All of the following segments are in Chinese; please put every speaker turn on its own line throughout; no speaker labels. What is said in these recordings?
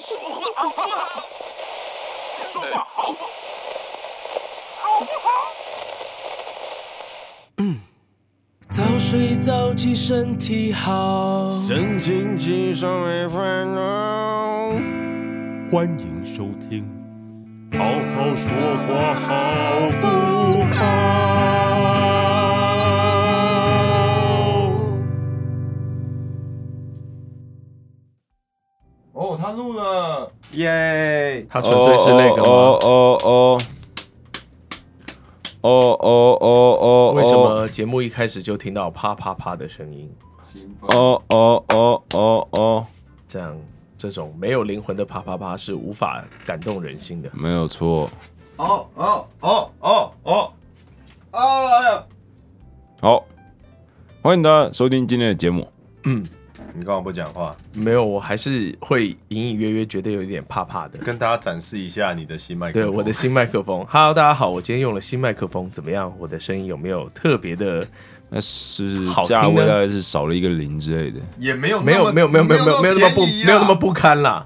好不好？说话好说，好不好？
早睡早起身体好。
神清气爽没烦恼。欢迎收听，好好说话好不好？哦，他录了，耶！
他纯粹是那个吗
哦哦哦哦哦哦哦哦，
为什么节目一开始就听到啪啪啪的声音？
哦哦哦哦哦，
这样这种没有灵魂的啪啪啪是无法感动人心的。
没有错。
哦哦哦哦哦哦！哎呀，
好，欢迎大家收听今天的节目。
嗯，
你干嘛不讲话？
没有，我还是会隐隐约约觉得有一点怕怕的。
跟大家展示一下你的新麦克
对，
风。
我的新麦克风。Hello，大家好，我今天用了新麦克风，怎么样？我的声音有没有特别的？
那是
好听呢
价位大概是少了一个零之类的。
也没有
没有，没有，没有，没有，没有，没有那么不，
啊
没有那么不堪啦。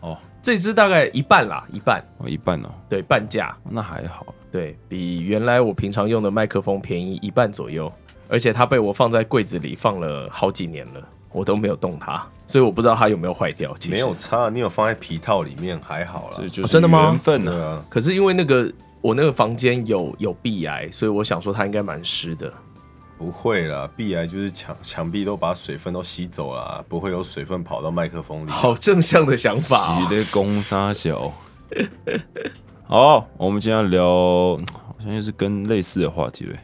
哦，
这支大概一半啦，一半，
哦，一半哦，
对，半价。
那还好。
对比原来我平常用的麦克风便宜一半左右，而且它被我放在柜子里放了好几年了，我都没有动它，所以我不知道它有没有坏掉。其实
没有，差，你有放在皮套里面还好啦。
这就
哦
是
真的吗
缘分呢、
对啊，
可是因为那个我那个房间有有壁癌，所以我想说它应该蛮湿的。
不会啦，壁癌就是墙墙壁都把水分都吸走啦，不会有水分跑到麦克风里。
好正向的想法哦、
洗的攻杀小。好，我们今天要聊，好像又是跟类似的话题呗。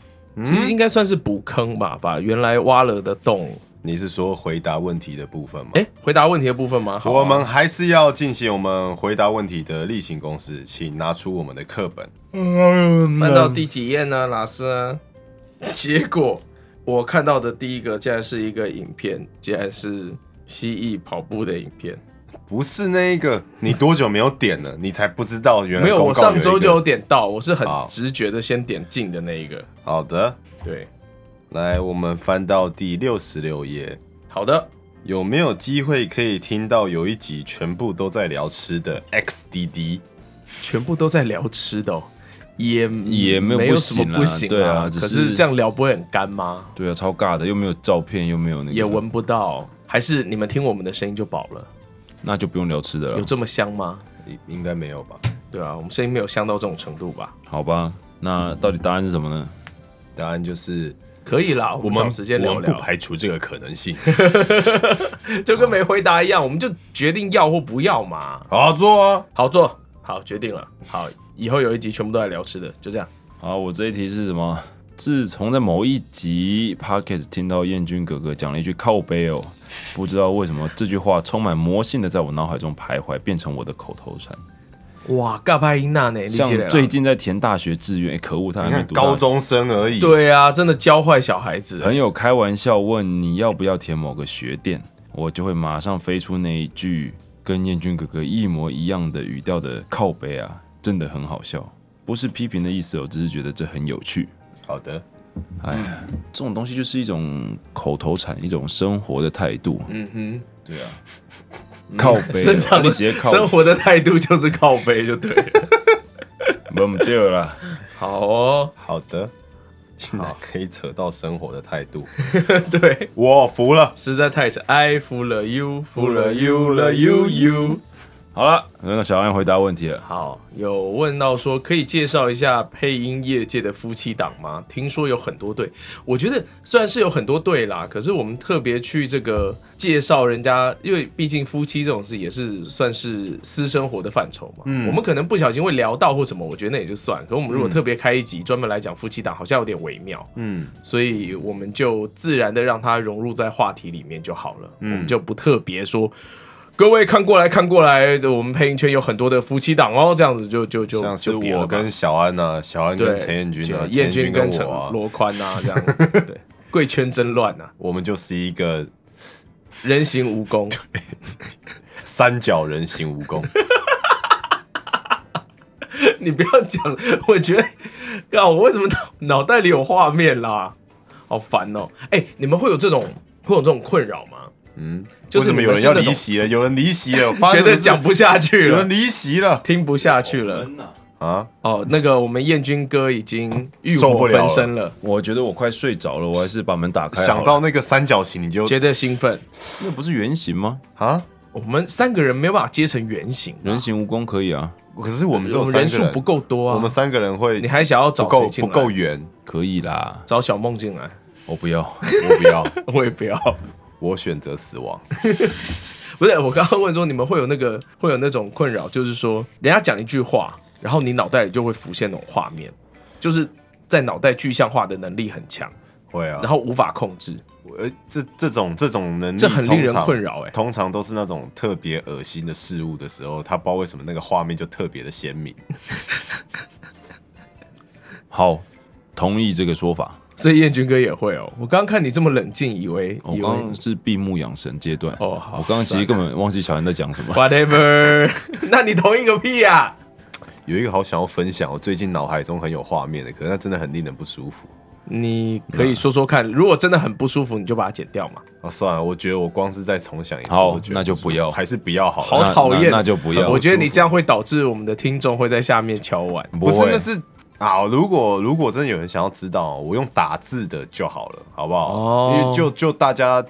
其实应该算是补坑吧，把原来挖了的洞。
你是说回答问题的部分吗？
哎、回答问题的部分吗？好啊
我们还是要进行我们回答问题的例行公事，请拿出我们的课本。
翻到第几页呢，老师？ 结果我看到的第一个竟然是一个影片，竟然是蜥蜴跑步的影片。
不是那一个，你多久没有点了？你才不知道
呃
原来
没有，
公
我
告有
上周
一个
就有点到，我是很
好
直觉的先点进的那一个。
好的。
对，
来，我们翻到第六十六页，
好的，
有没有机会可以听到有一集全部都在聊吃的 XDD？
全部都在聊吃的、哦，也
也没有
没
不
有什么
行啦
不行
对啊只
可
是
是这样聊不会很干吗？
对啊，超尬的，又没有照片，又没有那个，
也闻不到，还是你们听我们的声音就饱了？
那就不用聊吃的
有
了，
这么香吗？
应应该没有吧？
对啊，我们声音没有香到这种程度吧？
好吧？那到底答案是什么呢？
答案就是
可以啦，我们找时间聊
我们
聊
不。排除这个可 能性。
就跟没回答一样，我们就决定要或不要嘛。
好好做啊！
好做，好决定了，好，以后有一集全部都来聊吃的，就这样。
好，我这一题是什么？自从在某一集 podcast 听到燕君哥哥讲了一句“靠背”哦，不知道为什么这句话充满魔性的在我脑海中徘徊，变成我的口头禅。
哇，尬拍音娜呢？你
像
写的
最近在填大学志愿，欸可恶，他还
你
没
看
读大学
高，中生而已，，
对啊，真的教坏小孩子。
朋友开玩笑问你要不要填某个学店，我就会马上飞出那一句跟燕君哥哥一模一样的语调的靠背啊，真的很好笑，不是批评的意思哦，只是觉得这很有趣。
好的，
哎呀，这种东西就是一种口头禅，一种生活的态度。
嗯哼，
对啊，靠 背哦，
身上
你写靠，
生活的态度就是靠背，就对了。
我们对了啦。
好哦，
好的，竟然可以扯到生活的态度，
对，
我服了。
实在太扯。I 服了 you，服了 you
服
了
了
you
you
you。
好了，那小安回答问题了。
好，有问到说可以介绍一下配音业界的夫妻档吗？听说有很多对，我觉得虽然是有很多对啦，可是我们特别去这个介绍人家，因为毕竟夫妻这种事也是算是私生活的范畴嘛。我们可能不小心会聊到或什么，我觉得那也就算。可我们如果特别开一集专门来讲夫妻档，好像有点微妙，
嗯，
所以我们就自然的让它融入在话题里面就好了。
嗯
我们就不特别说。各位看过来看过来，我们配音圈有很多的夫妻档哦，这样子就就就
像是
就别了
我
吧
跟小安呐、小安
对
跟陈彦君啊，
就彦
陈
君
彦君
陈
我、啊，
罗宽啊，这样 对，贵圈真乱啊，
我们就是一个
人形蜈蚣，
三角人形蜈蚣。
你不要讲，我觉得，靠，我为什么脑脑袋里有画面啦？好烦哦、哎、你们会有这种会有这种困扰吗？
嗯，
就是
为什么
你
有
们
人
是
要
那
离
种
席了？有人离 席了，
觉
觉
得讲不下去
有
了
人，离席了
听不下去了。
呐、
啊！
哦，那个我们彦军哥已经欲
受不
火
了了
焚身了，
我觉得我快睡着了，我还是把门打开好了。
想到那个三角形你就
觉得兴奋。
那不是圆形吗？
啊，
我们三个人没有办法接成圆形啊，
人形蜈蚣可以啊，
可是我们只有
我
三
们
个人
人数不够多啊。
我们三个人会
你还想要
不
找
够
谁进
不
来
够圆，
可以啦。
找小梦进来，
我不要，
我不要，
我也不要。
我选择死亡。
不是，我刚刚问说你们会有那个会有那种困扰，就是说人家讲一句话，然后你脑袋里就会浮现那种画面，就是在脑袋具象化的能力很强，
会啊，
然后无法控制，
呃，这这种这种能力，
这很令人困扰哎、
通常都是那种特别恶心的事物的时候，他不知道为什么那个画面就特别的鲜明。
好，同意这个说法。
所以彦军哥也会哦。我刚刚看你这么冷静，以为
我
以
刚
为
刚是闭目养神阶段。
哦好
我刚刚其实根本忘记小安在讲什么。
whatever，那 你同意个屁呀、啊！
有一个好想要分享，我最近脑海中很有画面的，可是那真的很令人不舒服。
你可以说说看，如果真的很不舒服，你就把它剪掉嘛。
啊，算了，我觉得我光是再重想一次，
好
我觉得
那就不要
舒服还是不要好了。
好
那
讨厌
那那就不要。
我觉得你这样会导致我们的听众会在下面敲碗。
不
不是，
会
那是啊，如果如果真的有人想要知道，我用打字的就好了，好不好？
哦
因为就就大家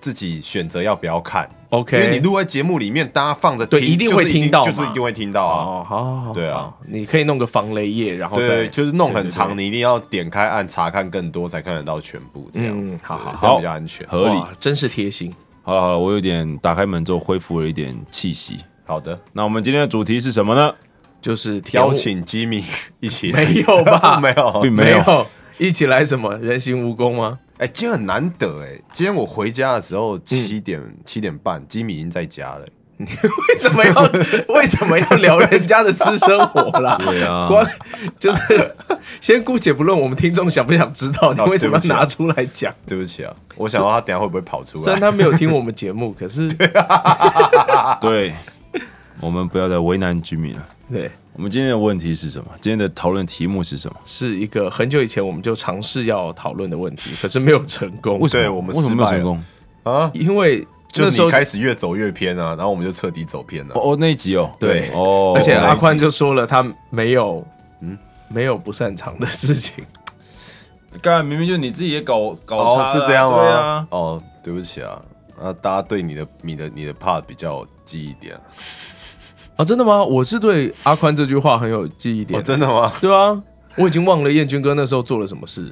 自己选择要不要看，因
OK，
为你录在节目里面，大家放着听，
对一定会
就是
听到嘛
就是一定会听到啊。
哦，好好好，
对啊
好，你可以弄个防雷液，然后再
对，就是弄
对
很
对对
长，你一定要点开按查看更多，才看得到全部这样子。
嗯好
对
好
这样
好
比较安全。
合理。
哇真是贴心。
好了好了，我有点打开门之后恢复了一点气息。
好的，
那我们今天的主题是什么呢？
就是舔我
邀请吉米一起来。
没有吧？
哦没有
并。
没
有。
一起来什么人形蜈蚣吗？
哎，今天很难得哎，今天我回家的时候
嗯
七点七点半，吉米已经在家了。
为什么要 为什么要聊人家的私生活 啦？
对啊
光就是先姑且不论我们听众想不想知道，你
哦
为什么要
对不起啊
拿出来讲？
对不起啊，我想到他等一下会不会跑出
虽然
来？
他没有听我们节目，可 是
啊
对，我们不要再为难居民了。
对，
我们今天的问题是什么？今天的讨论题目是什么？
是一个很久以前我们就尝试要讨论的问题，可是没有成功。
为什么
对我们
为什么没有
失
成
败了
功？
啊，
因为那
就
时
你
候
开始越走越偏啊，然后我们就彻底走偏了。
哦哦，那一集哦，
对
哦，
而且阿
啊
宽就说了，他没有，没有不擅长的事情。
刚才明明就你自己也搞搞
哦
差，了啊
是这样
对
吗
啊？，
哦，对不起啊，啊，大家对你的、你的、你的 part 比较有记忆点。
啊，真的吗？我是对阿宽这句话很有记忆点，
哦，真的吗？
对啊，我已经忘了彦军哥那时候做了什么事。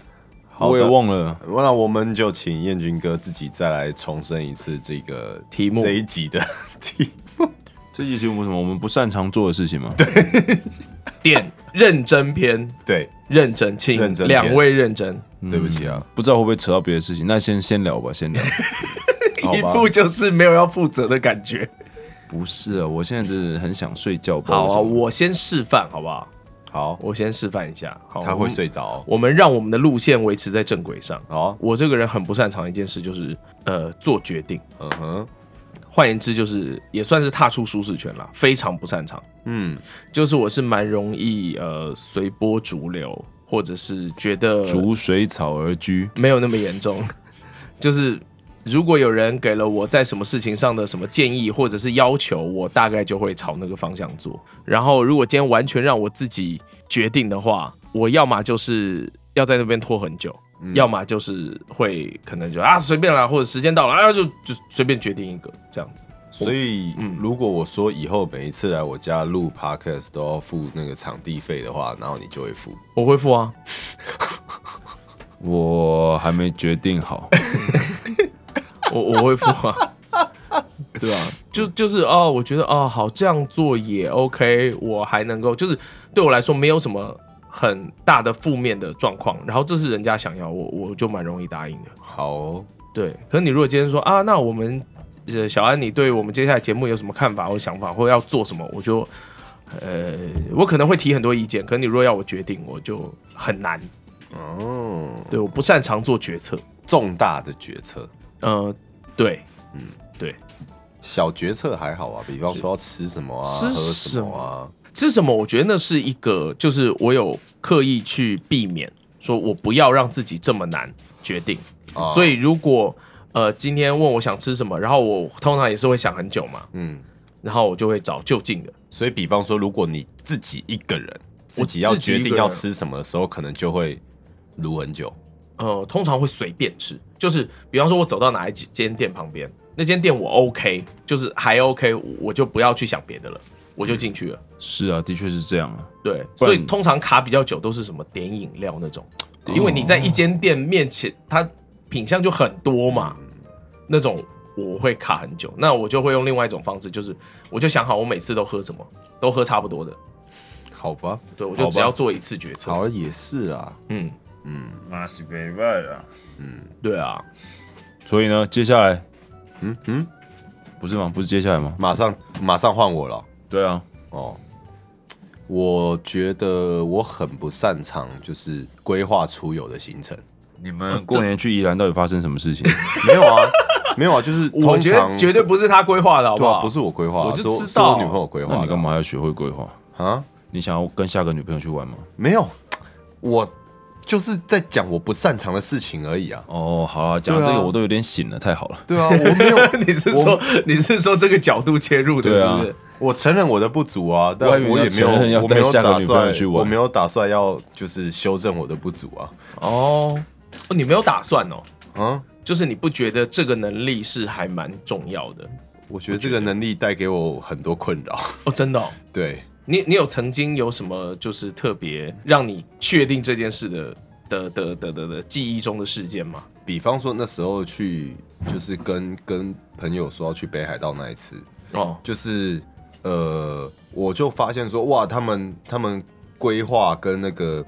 好的
我也忘了。
那我们就请燕军哥自己再来重申一次这个
题目
这一 集的题。
这集节目什么？我们不擅长做的事情吗？对，
点认真篇，
对，
认真，请
认真篇
两位认真，
对不起啊，
不知道会不会扯到别的事情。那先先聊吧， 先聊。
好
嗯一
吧
副就是没有要负责的感觉。
不是啊，我现在真的很想睡觉。不知道
好
为
啊，
什么
我先示范好不好？
好，
我先示范一下。好，
他
我
会
们。
睡着。哦
我们让我们的路线维持在正轨上。
好，
我这个人很不擅长一件事，就是呃做决定。
嗯哼，
换言之，就是也算是踏出舒适圈了，非常不擅长。
嗯，
就是我是蛮容易呃随波逐流，或者是觉得
逐水草而居，
没有那么严重。 就是如果有人给了我在什么事情上的什么建议或者是要求，我大概就会朝那个方向做。然后如果今天完全让我自己决定的话，我要么就是要在那边拖很久。要么就是会可能就啊随便啦，或者时间到了啊就就随便决定一个这样子。
所以如果我说以后每一次来我家录 podcast 都要付那个场地费的话，然后你就会付。
我会付啊，
我还没决定好。
我我会付啊， 对啊，就就是哦，我觉得哦，好这样做也 OK，我还能够就是对我来说没有什么很大的负面的状况，然后这是人家想要我，我就蛮容易答应的。
好哦，
对，可是你如果今天说啊，那我们呃小安，你对我们接下来节目有什么看法或想法，或要做什么，我就呃，我可能会提很多意见，可是你如果要我决定，我就很难。
哦，
对，我不擅长做决策。
重大的决策，
呃，对，
小决策还好啊，比方说要吃什么啊，
吃
喝什么啊，
吃什么？我觉得那是一个，就是我有刻意去避免，说我不要让自己这么难决定。
啊
所以如果呃，今天问我想吃什么，然后我通常也是会想很久嘛，
嗯，
然后我就会找就近的。
所以比方说，如果你自己一个人，
我
自己要
自己一
决
个
定要
人
吃什么的时候，可能就会撸很久。
呃，通常会随便吃，就是比方说我走到哪一间店旁边，那间店我 OK，就是还 OK，我我就不要去想别的了，我就进去了。
是啊，的确是这样啊。
对，
不
所
然
以通常卡比较久都是什么点饮料那种，
哦
因为你在一间店面前，它品相就很多嘛，
嗯
那种我会卡很久。那我就会用另外一种方式，就是我就想好我每次都喝什么，都喝差不多的，
好吧，
对我就只要做一次决策。
好了也是啊啦，
嗯，
嗯，
那是没办啊。
对啊，
所以呢，接下来，
嗯嗯，
不是吗？不是接下来吗？
马上马上换我了
对啊，
哦。我觉得我很不擅长就是规划出游的行程，
你们
啊过
过
年去宜兰到底发生什么 事情？
没有 啊，没有啊，就是
我
通
觉
常
得绝对不是他规划的，好
对
好？
啊，不是我规划啊，
我就是知道
是我女朋友规划
那
的啊。
你干嘛要学会规划？
啊？
你想要跟下个女朋友去玩吗？
没有，我就是在讲我不擅长的事情而已啊。
哦，好啊，讲到
对啊
这个我都有点醒了，太好了。
对啊，我没有，
你是说你是说这个角度切入的，
对
是
啊
不是？
我承认我的不足啊，但
我还以为
我
要
也没
承认要
有，我没
带
有
下个
打
女朋友
算
去，玩
我没有打算要就是修正我的不足啊。
哦，哦你没有打算哦，
啊，
就是你不觉得这个能力是还蛮重要的
我觉得这个能力带给我很多困扰。
哦？真的、哦，
对，
你你有曾经有什么就是特别让你确定这件事的的的的的的记忆中的事件吗？
比方说那时候去，就是跟跟朋友说要去北海道那一次，
哦，
就是呃，我就发现说哇，他们他们规划跟那个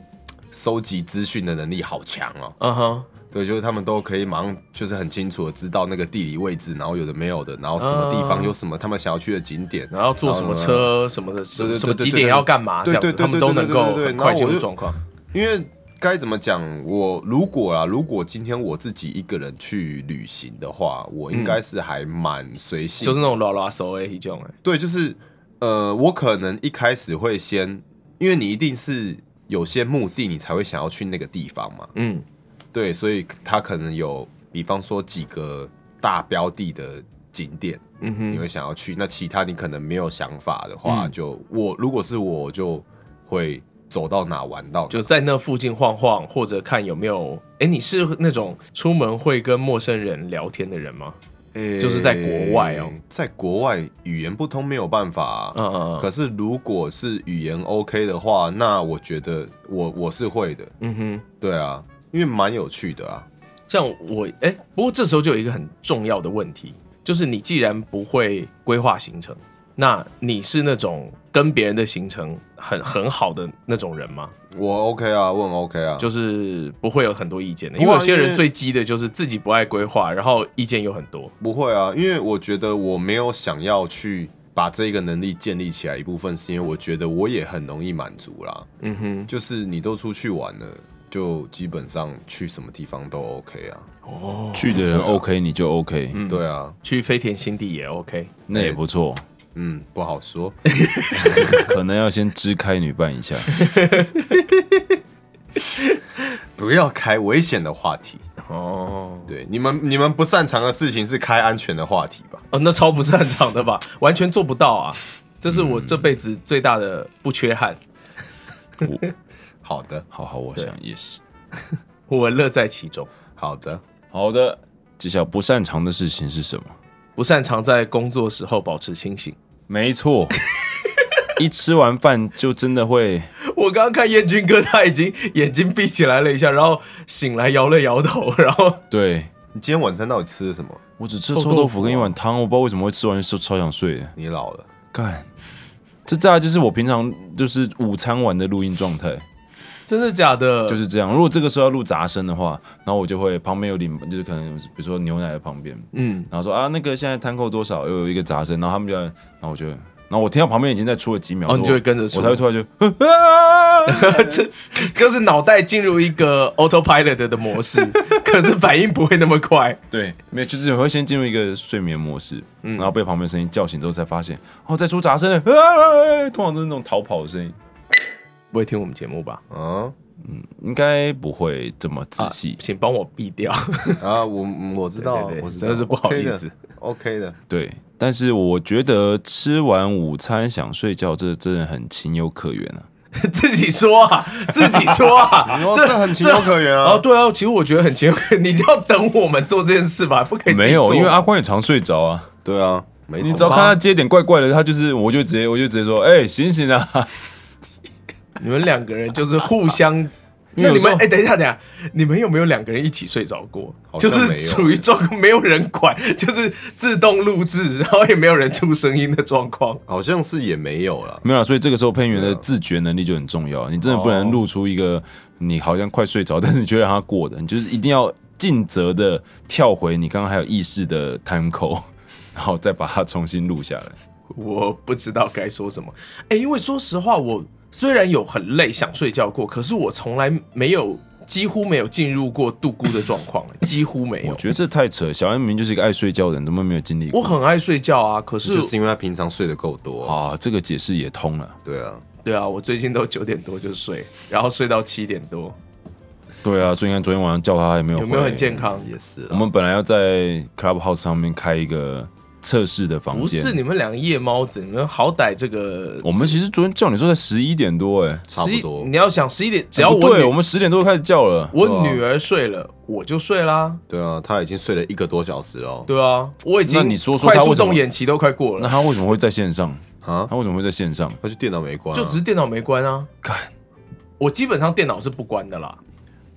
收集资讯的能力好强哦。
嗯哼，
对，就是他们都可以马上就是很清楚的知道那个地理位置，然后有的没有的，然后什么地方
啊
有什么他们想要去的景点，
然后坐什么车什么的，什
呃
么
对对对
什么
对
几
对
点
对
要干嘛，这
对
样子
对对
他们都能够
对对对对
很快
然后
进
我
入
就
状况。
因为该怎么讲，我如果啊，如果今天我自己一个人去旅行的话，我应该是还蛮随性，
就是那种拉拉手诶，一种哎，
对，就是呃，我可能一开始会先，因为你一定是有些目的，你才会想要去那个地方嘛，
嗯，
对，所以它可能有，比方说几个大标的的景点，
嗯
你
哼，
会想要去，那其他你可能没有想法的话，
嗯
就我如果是我就会走到哪玩到哪，
就在那附近晃晃，或者看有没有。哎，你是那种出门会跟陌生人聊天的人吗？
诶
就是在国外哦，
在国外语言不通没有办法、
嗯嗯
可
嗯，
是如果是语言 OK 的话，那我觉得我我是会的，
嗯哼。
对啊，因为蛮有趣的啊。
像我哎、不过这时候就有一个很重要的问题，就是你既然不会规划行程，那你是那种跟别人的行程很很好的那种人吗？
我 OK 啊，我很 OK 啊，
就是不会有很多意见的，
不
因
啊
为有些
因
人
为
最鸡的就是自己不爱规划，然后意见有很多。
不会啊，因为我觉得我没有想要去把这个能力建立起来，一部分是因为我觉得我也很容易满足啦，
嗯哼，
就是你都出去玩了，就基本上去什么地方都 OK 啊，
哦，
去的人 OK 你就 OK，
嗯
对啊，
去飞田新地也 OK。
那也不错。
嗯，不好说，
可能要先支开女伴一 下。
不要开危险的话题。
哦，
对，你们你们不擅长的事情是开安全的话题吧？
哦，那超不擅长的吧， 完全做不到啊！这是我这辈子最大的不缺憾，
我
好的，
好好，我
对
想也是。
我乐在其中。
好的，
好的，接下来不擅长的事情是什么？
不擅长在工作时候保持清醒。
没错， 一吃完饭就真的会。
我刚刚看燕军哥，他已经眼睛闭起来了一下，然后醒来摇了摇头，然后
对
你今天晚餐到底吃了什么？
我只吃
臭
臭
豆
豆
腐
腐跟一碗汤，我不知道为什么会吃完就超想睡的。
你老了，
干，这大概就是我平常就是午餐完的录音状态，
真的假的？
就是这样。如果这个时候要录杂声的话，然后我就会旁边有领，就是可能比如说牛奶的旁边，
嗯，
然后说啊，那个现在摊扣多少？又有一个杂声，然后他们就，然后我就，然后我听到旁边已经在出了几秒，
哦你就会
我
跟着出
我才会突然就， 啊
这就是脑袋进入一个 autopilot 的模式，可是反应不会那么快。
对，没有，就是会先进入一个睡眠模式，
嗯
然后被旁边声音叫醒之后，才发现哦，在出 杂声了，啊，通常都是那种逃跑的声音，
不会听我们节目吧？
嗯，
应该不会这么仔细。
啊请帮我避掉。
啊，我嗯我知道，
对对对
我知道，
真的是不好意思。
OK 的，OK 的，，
对，但是我觉得吃完午餐想睡觉，这真的很情有可原啊。
自己说啊，自己说啊
你说哦这很情有可原啊
哦，对啊，其实我觉得很情有可原，你就要等我们做哎这件事吧，不可以自己
没有，
做
因为阿宽也常睡着啊。
对啊，没什么
你只要看他接点怪怪的，他就是，我就直接，我就直接说，哎、醒醒啊！
你们两个人就是互 相。
因为
那
有
你
时候
们哎、等一下，等一下，你们有没有两个人一起睡着过？
好
就
像没有
是处于状况没有人管， 就是自动录制，然后也没有人出声音的状况。
好像是也没有了。
没有啦，所以这个时候配音员的自觉能力就很重要。你真的不能露出一个你好像快睡着，但是你却让他过的，你就是一定要尽责的跳回你刚刚还有意识的 time code，然后再把它重新录下来。
我不知道该说什么。哎、因为说实话，我虽然有很累想睡觉过，可是我从来没有几乎没有进入过度孤的状 况、几乎没
我
有。
觉得这太扯，小安明明就是一个爱睡觉的人，怎么没有经历
哎我
过？
很爱睡觉啊，可是
就是因为他平常睡得够多，
啊，这个解释也通了。
对啊，
对啊，我最近都九点多就睡，然后睡到七点多，
对啊，所以你看昨天晚上叫他也没有
有没有
回
很健康？
也是啦。
我们本来要在 Clubhouse 上面开一个测试的房
不
间，
是你们两个夜猫子，你们好歹这个
我们其实昨天叫你说在十一点多、哎，
差不
11
多
你要想十一点，只
哎
要
不
我
对，
女
我们啊十点多就开始叫了。
我女儿睡了，我就睡啦。
对啊，他已经睡了一个多小时了
对啊，我已
那
经
你说说
快
她
速
为什么
动眼期都快过
那
了，
他为什么会在线上？
啊，
他为什么会在线上？
他就电脑没关啊，
就只是电脑没关啊。
看
我基本上电脑是不关的啦。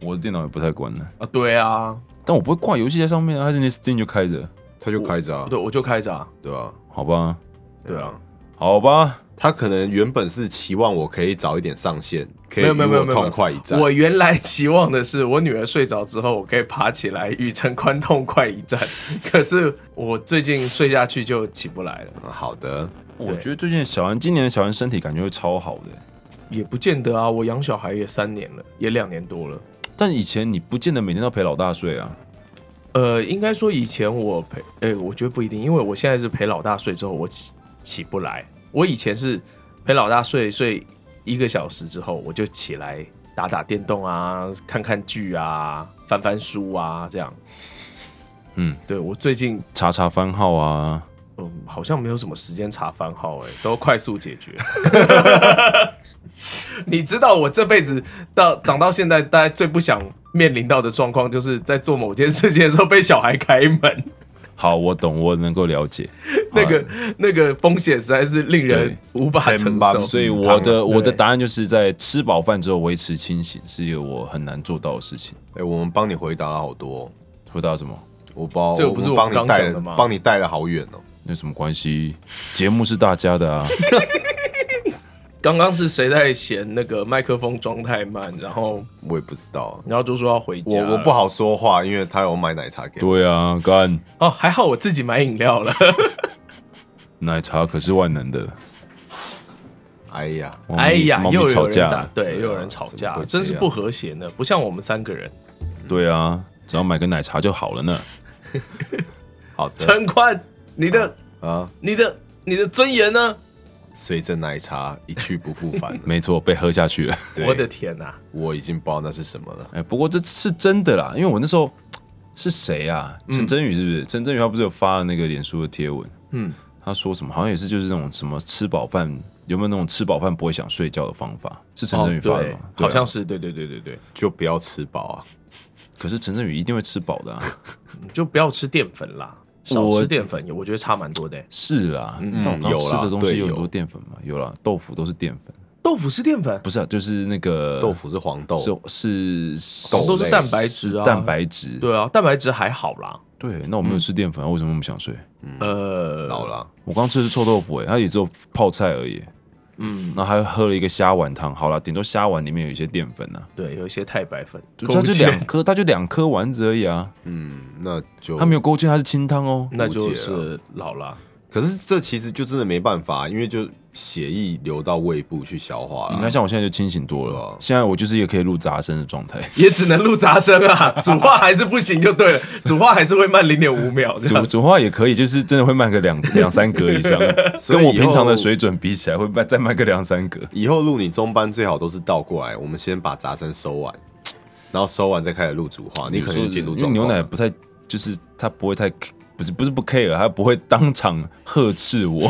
我的电脑也不太关了，
啊，对啊，
但我不会挂游戏在上面啊，还是你 Steam 就开着？
他就开着啊，
对，我就开着啊。
对啊，
好吧，
对啊。
好吧，
他可能原本是期望我可以早一点上线，可以
没有没有
与
没有
我
没有
痛快一战。
我原来期望的是，我女儿睡着之后，我可以爬起来与陈宽痛快一战。 可是我最近睡下去就起不来了，
嗯好的，
我觉得最近小安，今年的小安身体感觉会超好的、
也不见得啊。我养小孩也三年了，也两年多了。
但以前你不见得每天都陪老大睡啊，
呃，应该说以前我陪，哎、我觉得不一定，因为我现在是陪老大睡之后，我起起不来。我以前是陪老大睡睡一个小时之后，我就起来打打电动啊，看看剧啊，翻翻书啊，这样。
嗯，
对我最近
查查番号啊。
嗯好像没有什么时间查番号、哎，都快速解决。 你知道我这辈子到长到现在，大家最不想面临到的状况，就是在做某件事情的时候被小孩开门。
好，我懂，我能够了解。
那个那个风险实在是令人无法承
千
受
万。
所以
嗯
我
当
的
然
我的
啊对
答案就是在吃饱饭之后维持清醒，是一个我很难做到的事情。
哎、我们帮你回答了好多哦、
回答什么？
我包，
这个不是
我
我刚
们帮你带
讲
了
的吗
帮你带了好远哦、
那有什么关系？节目是大家的 啊。
刚刚是谁在嫌那个麦克风装太慢，然后
我也不知道啊，
然后就说要回家
我
了。
我不好说话，因为他有买奶茶给我。
对啊，干
哦，还好我自己买饮料了。
奶茶可是万能的。
哎呀，
猫咪
哎呀
哦猫，咪
又有
吵
人
架
打
了，
对，又有人吵
怎么
架，
会这
真
样
是不和谐呢。不像我们三个人，
对啊，只要买个奶茶就好了呢。
好的
陈宽，你的
啊，
你的你的尊严呢？
随着奶茶一去不复 返了
没错，被喝下去了。
对
我的天哪！
我已经不知道那是什么了。
哎，不过这是真的啦，因为我那时候是谁啊？陈真宇是不是？陈真宇他不是有发了那个脸书的贴文？
嗯，
他说什么？好像也是就是那种什么吃饱饭有没有那种吃饱饭不会想睡觉的方法？是陈
哦
振宇发的
对
吗？，对啊
好像是，对对对对对，
就不要吃饱啊！
可是陈振宇一定会吃饱的、 啊，
你就不要吃淀粉啦，少
我
吃淀粉，我觉得差蛮多的欸。
是啦。
嗯
但我刚
有
吃
啦
的东西
对
有很
有
多淀粉嘛，有啦，豆腐都是淀粉，
豆腐是淀粉，
不是啊，就是那个
豆腐是黄豆，
是是
豆
都是
类
蛋白质啊，
蛋白质。
对啊，蛋白质还好啦。
对，那我没有吃淀粉啊，为什么那么想睡？
呃，
老了，
我刚吃的是臭豆腐、欸，它也只有泡菜而已、
嗯，
然后还喝了一个虾丸汤。好了，顶多虾丸里面有一些淀粉啊，
对，有一些太白粉，
就
勾
它就
芡
两颗，它就两颗丸子而已啊，
嗯，那就
它没有勾
啊
芡，它是清汤哦。
那就
无解
是老了。
可是这其实就真的没办法，因为就血液流到胃部去消化啊
你看，
了。
像我现在就清醒多了，
对啊
现在我就是一个可以录杂声的状 态。
也只能录杂声啊，主话还是不行就对了，主话还是会慢零点五秒这
主
样。
主话也可以，就是真的会慢个两 两三格以上，
所以
跟我
以后
平常的水准比起来，会慢再慢个两三格。
以后录你中班最好都是倒过来，我们先把杂声收完，然后收完再开始录主话，你可能就进入
因为
状况
牛奶不太，就是它不会太，不是不是不 care，它不会当场呵斥我。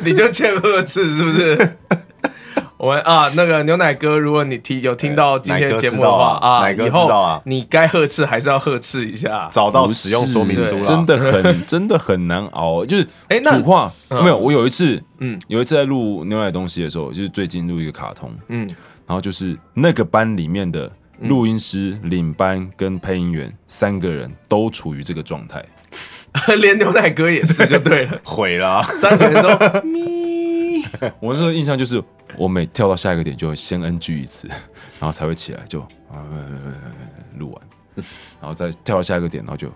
你就欠二次是不是？ 我们啊，那个牛奶哥，如果你听有听到今天的节目的话啊，
奶哥
以
哎知道啊奶哥知
后
道啊
你该呵斥还是要呵斥一下。
找到使用说明书
不
了。
是真的 很真的很难熬。就是
哎那
主话
嗯
没有，我有一次，
嗯
嗯，有一次在录牛奶东西的时候，就是最近录一个卡通，
嗯，
然后就是那个班里面的录音师、领班跟配音员三个人都处于这个状态。
连牛奶哥也是就对了，
毁了啊，
三个人 都咪。
我那时候印象就是，我每跳到下一个点就会先 NG 一次， 然后才会起来就啊录完， 然后再跳到下一个点，然后就。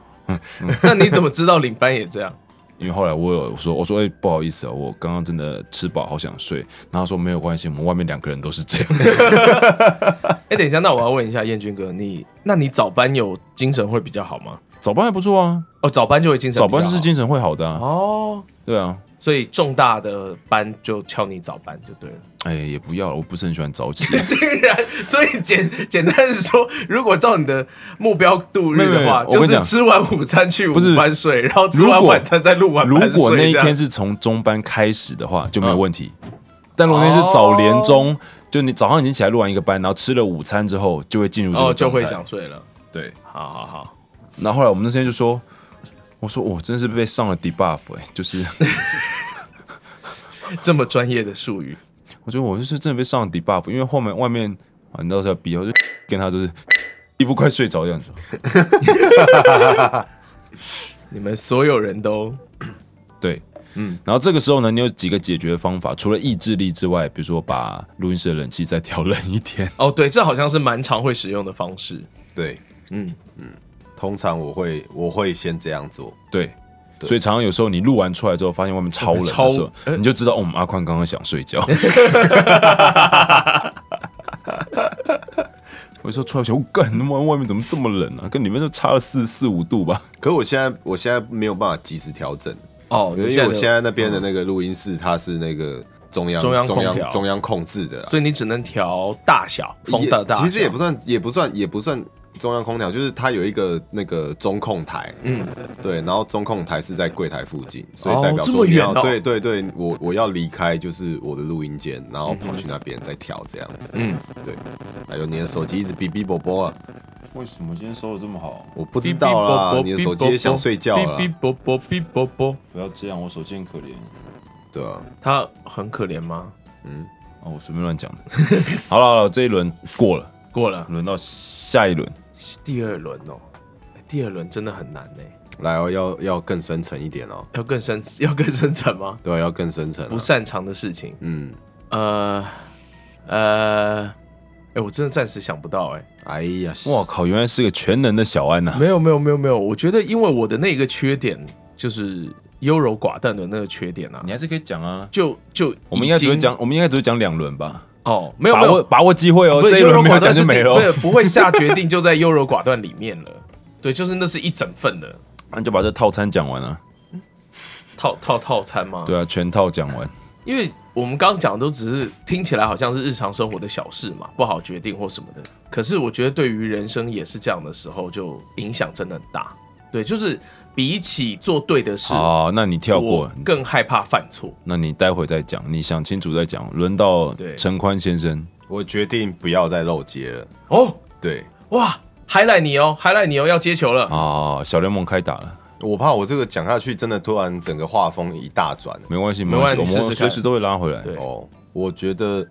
那你怎么知道领班也这样？
因为后来我有说，我说哎、不好意思啊，我刚刚真的吃饱，好想睡。然后他说没有关系，我们外面两个人都是这样。
哎，等一下，那我要问一下彦君哥，你那你早班有精神会比较好吗？
早班还不错啊，
哦，早班就会精神
早
比较好，
班就是精神会好的啊。
哦，
对啊，
所以重大的班就敲你早班就对了。
哎、也不要了，我不 是很喜欢早起。
竟然，所以简简单的说，如果照你的目标度日的话，
没有没有我跟
就
你
是
讲
吃完午餐去午
不是
班睡，然后吃完
如果
晚餐再录晚
如
班睡。
果那一啊
这样
天是从中班开始的话，就没有问题。但如果那天是早连中，就你早上已经起来录完一个班，然后吃了午餐之后，就会进入这个
哦，就会
状态
想睡了。
对。
好好好，
然后后来我们那天就说，我说我真是被上了 debuff 哎、就是
这么专业的术语，
我觉得我就是真的被上了 debuff，因为后面外面啊，你到时候要逼我就 跟他就是一步快睡着的样子。
你们所有人都
对，嗯，然后这个时候呢，你有几个解决方法，除了意志力之外，比如说把录音室的冷气再调冷一 点，
哦，对，这好像是蛮常会使用的方式。
对，
嗯，
通常我会我会先这样做，
对。
对
所以常常有时候你录完出来之后，发现外面超冷的
超
时候，你就知道，哦，我们阿宽刚刚想睡觉。 我说出来想，我哦干，他妈外面怎么这么冷啊？跟里面都差了四四五度吧。
可我现在我现在没有办法及时调整，
哦，
因
你
为我
的
现在那边的那个录音室它是那个中央
中央
中
空调
央中央控制的啦，
所以你只能调大小，风的大小
也其实也不算也不算也不算中央空调，就是它有一个那个中控台，
嗯，
对，然后中控台是在柜台附近，所以
哦
代表
这么
说你要、
远哦
对对对，我我要离开就是我的录音间，然后跑去那边再调这样子，
嗯，
对，还有你的手机一直哔哔啵啵啊，
为什么今天收的这么好？
我不知道啦，你的手机也想睡觉了
哔
啦，
哔啵啵哔啵啵，
不要这样，我手机很可怜。
对啊，
他很可怜吗？
哦，我随便乱讲的。 好了好了，这一轮过了，
过了。
轮到下一轮。
第二轮哦、欸第二轮真的很难呢、
来哦，要要更深层一点哦，
要更深 要更深层吗？
对啊、要更深层啊、
不擅长的事情，
嗯，
呃呃，哎、我真的暂时想不到哎、
哎呀，
哇靠，原来是个全能的小安呐、
没有没有没有没有，我觉得因为我的那个缺点就是优柔寡断的那个缺点啊
你，还是可以讲啊。
就就
我们应该只
已
会
经
讲，我们应该只会讲两轮吧。
哦，没有
把
没
握
有，
把握机会哦，
不是
这一
优柔
轮没有
寡断
讲
是
就没了
不是
哦。
不会下决定就在优柔寡断里面了，对，就是那是一整份的
那就把这套餐讲完了。
套套套餐吗？
对啊，全套讲完。
因为我们刚刚讲的都只是听起来好像是日常生活的小事嘛，不好决定或什么的。可是我觉得对于人生也是这样的时候，就影响真的很大。对，就是比起做对的事，
哦，那你跳
我
过，
更害怕犯错。
那你待会再讲，你想清楚再讲。轮到
对
陈宽先生，
我决定不要再漏接了，
哦，
对。
哇，还赖你哦，还赖你哦，要接球了。
哦，小联盟开打了，
我怕我这个讲下去，真的突然整个画风一大转。
没关系，
没关
关系，我
系你试
们
试看
随时都会拉回来。
对
哦，我觉得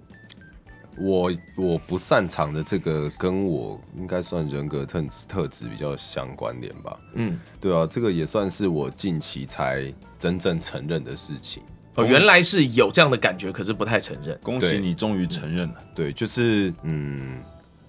我我不擅长的这个，跟我应该算人格特质特质比较相关联吧。
嗯，
对啊，这个也算是我近期才真正承认的事情。
哦，原来是有这样的感觉，可是不太承认。
恭喜
对
你终于承认了。
对，就是嗯，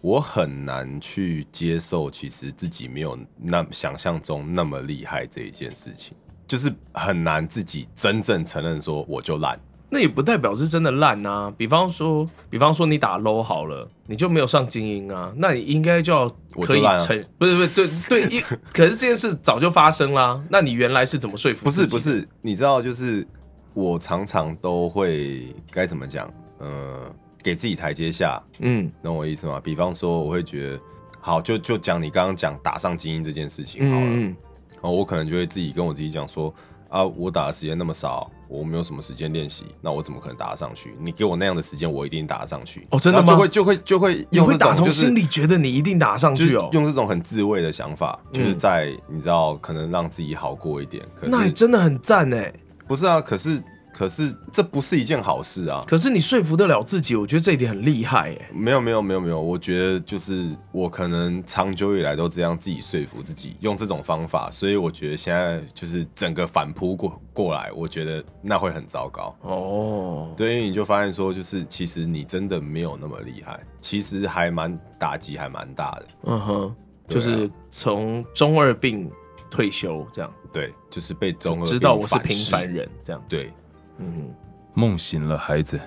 我很难去接受，其实自己没有那想象中那么厉害这一件事情，就是很难自己真正承认说我就烂。
那也不代表是真的烂啊。比方说，比方说你打 low 好了，你就没有上精英啊，那你应该就要
我
可
就
以
烂啊
承，不是不是对对，一可是这件事早就发生啦。那你原来是怎么说服？
不是不，是，你知道，就是我常常都会该怎么讲，呃，给自己台阶下，
嗯
懂我意思吗？比方说，我会觉得，好，就就讲你刚刚讲打上精英这件事情好了，
嗯嗯，
然后我可能就会自己跟我自己讲说，啊，我打的时间那么少，我没有什么时间练习，那我怎么可能打得上去？你给我那样的时间，我一定打得上去。
哦真的
然后
吗
就会就会就会
你
用
会
这
打
种
从
就是
心里觉得你一定打上
就是
去哦，
用这种很自卫的想法，就是
嗯
在你知道，可能让自己好过一点。可
那也
是
真的很赞哎。
不是啊，可是可是这不是一件好事啊。
可是你说服得了自己，我觉得这一点很厉害哎。
没有没有没有没有，我觉得就是我可能长久以来都这样自己说服自己，用这种方法，所以我觉得现在就是整个反扑过过来，我觉得那会很糟糕。
哦，
对，因为你就发现说，就是其实你真的没有那么厉害，其实还蛮打击还蛮大的。
嗯哼，就
对啊
是从中二病退休这样，
对，就是被中二
知道我
病
是
反
平
噬
凡。人这样。
对，
嗯，
梦醒了，孩子。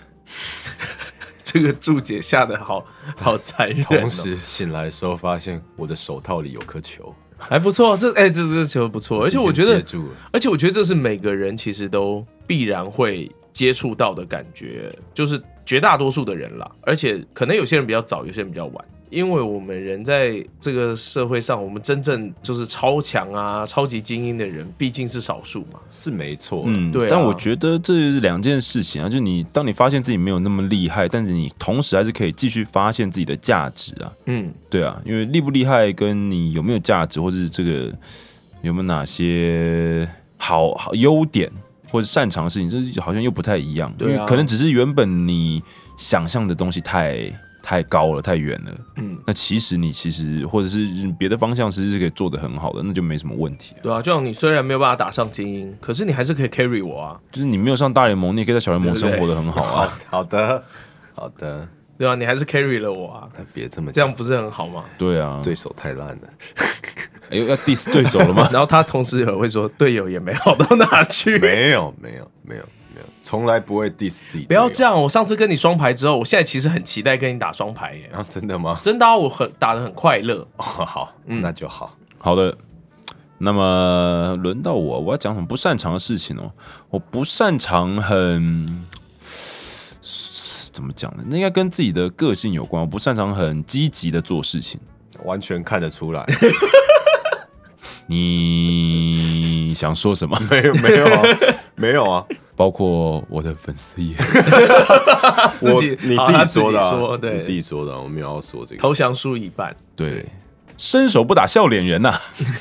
这个注解下的好好残忍、哦。
同时醒来的时候发现我的手套里有颗球，
还不错，这哎、这这球不错，而且我觉得
接，住了
而且我觉得这是每个人其实都必然会接触到的感觉，就是绝大多数的人啦，而且可能有些人比较早，有些人比较晚。因为我们人在这个社会上，我们真正就是超强啊、超级精英的人，毕竟是少数嘛。
是没错。
嗯，
对啊
但我觉得这是两件事情啊，就你当你发现自己没有那么厉害，但是你同时还是可以继续发现自己的价值啊。
嗯，
对啊，因为厉不厉害跟你有没有价值，或是这个有没有哪些好好优点或者擅长的事情，这好像又不太一样。
对啊
因为可能只是原本你想象的东西太太高了，太远了。
嗯，
那其实你其实或者是别的方向，其实是可以做得很好的，那就没什么问题啊。
对啊，就像你虽然没有办法打上精英，可是你还是可以 carry 我啊，
就是你没有上大联盟，你也可以在小联盟生活的很好啊。
好好的好的，
对啊，你还是 carry 了我啊，
那别这么
这样
讲
不是很好吗？
对啊，
对手太烂了。
哎呦，要 diss 对手了 吗？
然后他同时也会说，队友也没好到哪去，
没有，没有，没有，没有，从来不会 diss 自己。
不要这！样，我上次跟你双排之后，我现在其实很期待跟你打双排耶，
啊，真的吗？
真的啊、我很打的很快乐。
哦，好，那就好。
好的，那么轮到我，我要讲什么不擅长的事情哦。我不擅长很怎么讲呢？那应该跟自己的个性有关。我不擅长很积极的做事情。
嗯
完全看得出来，
你想说什么？
没有，没有 啊，没有啊。
包括我的粉丝页，
自
我
己
你
好
自
他
己
自己
说的
说
啊，
对
你自己说的啊，我没有要说这个。
投降输一半，
对，伸手不打笑脸人啊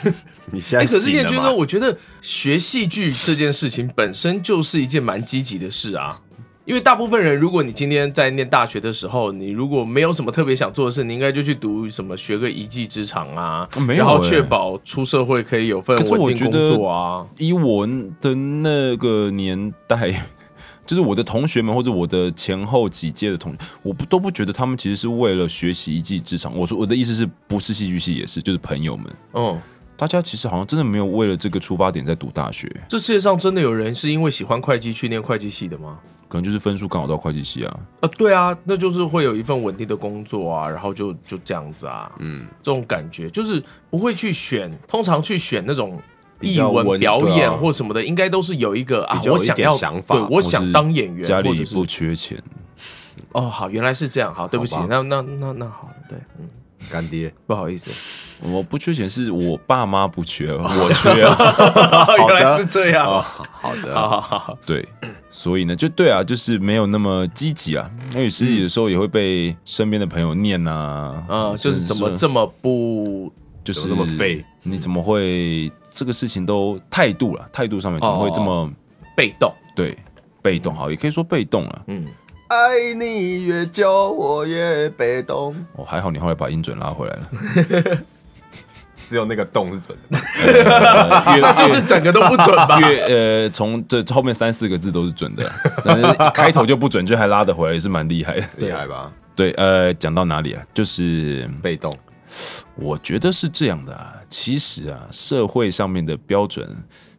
呐、
你现
哎、
在
可是
醒
叶
了
军
吗
哥，？我觉得学戏剧这件事情本身就是一件蛮积极的事啊。因为大部分人，如果你今天在念大学的时候，你如果没有什么特别想做的事，你应该就去读什么学个一技之长啊，
哦
没有
然后
欸
确保出社会可以有份
可是我
稳定
觉
工
得
作啊。
以我的那个年代， 就是我的同学们或者我的前后几届的同学，我不都不觉得他们其实是为了学习一技之长。我说我的意思是不是戏剧系也是，就是朋友们，
嗯，
大家其实好像真的没有为了这个出发点在读大学，
这世界上真的有人是因为喜欢会计去念会计系的吗？
可能就是分数刚好到会计系啊。
啊，对啊，那就是会有一份稳定的工作啊，然后就就这样子啊，
嗯，
这种感觉就是不会去选，通常去选那种
比
艺
较
文
文
表
对啊
演或什么的，应该都是有一个啊
比，较有
我
一
想
点
要
想法
对我
或
想
是
当演员，
家
或
里
者是
不缺钱，
哦，好，原来是这样，好，对不起
好吧，
那那那那好，对，嗯，
干 爹，
不好意 思，
我不缺钱是我爸妈不 缺，我缺啊。
哦原来是这样，
哦，
好
好的，
啊好好好，
对，所以呢，就对啊，就是没有那么积极啊。因为实习的时候也会被身边的朋友念啊，
嗯，就是怎么
这。
这么不
就是
怎么那么废？
你怎么会这个事情都态度了？态度上面怎么会这么、
被动？
对被动？好，也可以说被动啊了。
嗯，
爱你越久，我越被动。
哦，还好你后来把音准拉回来了，
只有那个动是准的，
呃越
那就是整个都不准 吧？
越呃，从这后面三四个字都是准的，啊但是开头就不准，就还拉得回来，也是蛮厉害的。
厉害吧？
对，呃，讲到哪里啊？就是
被动，
我觉得是这样的 啊，其实啊，社会上面的标准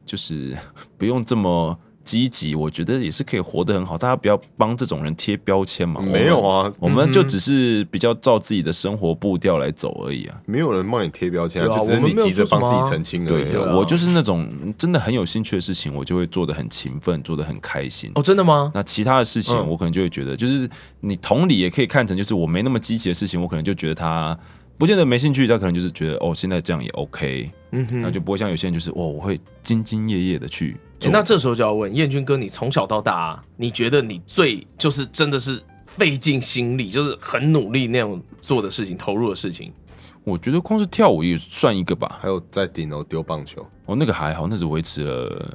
就是不用这么积极，我觉得也是可以活得很好。大家不要帮这种人贴标签
哦
嘛。
没有啊，
我们就只是比较照自己的生活步调来走而已啊。
没有人帮你贴标签、
对啊
就只是
我们
你
没有
急着
说
帮
什么
自
啊
己澄清而已
对
啊。
啊
我就是那种真的很有兴趣的事情，我就会做的很勤奋，做的很开心。
哦，真的吗？
那其他的事情，
嗯
我可能就会觉得，就是你同理也可以看成，就是我没那么积极的事情，我可能就觉得他不见得没兴趣，他可能就是觉得哦，现在这样也 OK，
嗯哼，
那就不会像有些人就是哦，我会兢兢业业的去
欸
做。
那这时候就要问燕君哥，你从小到大、啊你觉得你最就是真的是费尽心力，就是很努力那种做的事情、投入的事情，
哎
我觉得光是跳舞也算一个吧，
还有在顶楼丢棒球，
哦，那个还好，那只维持了呃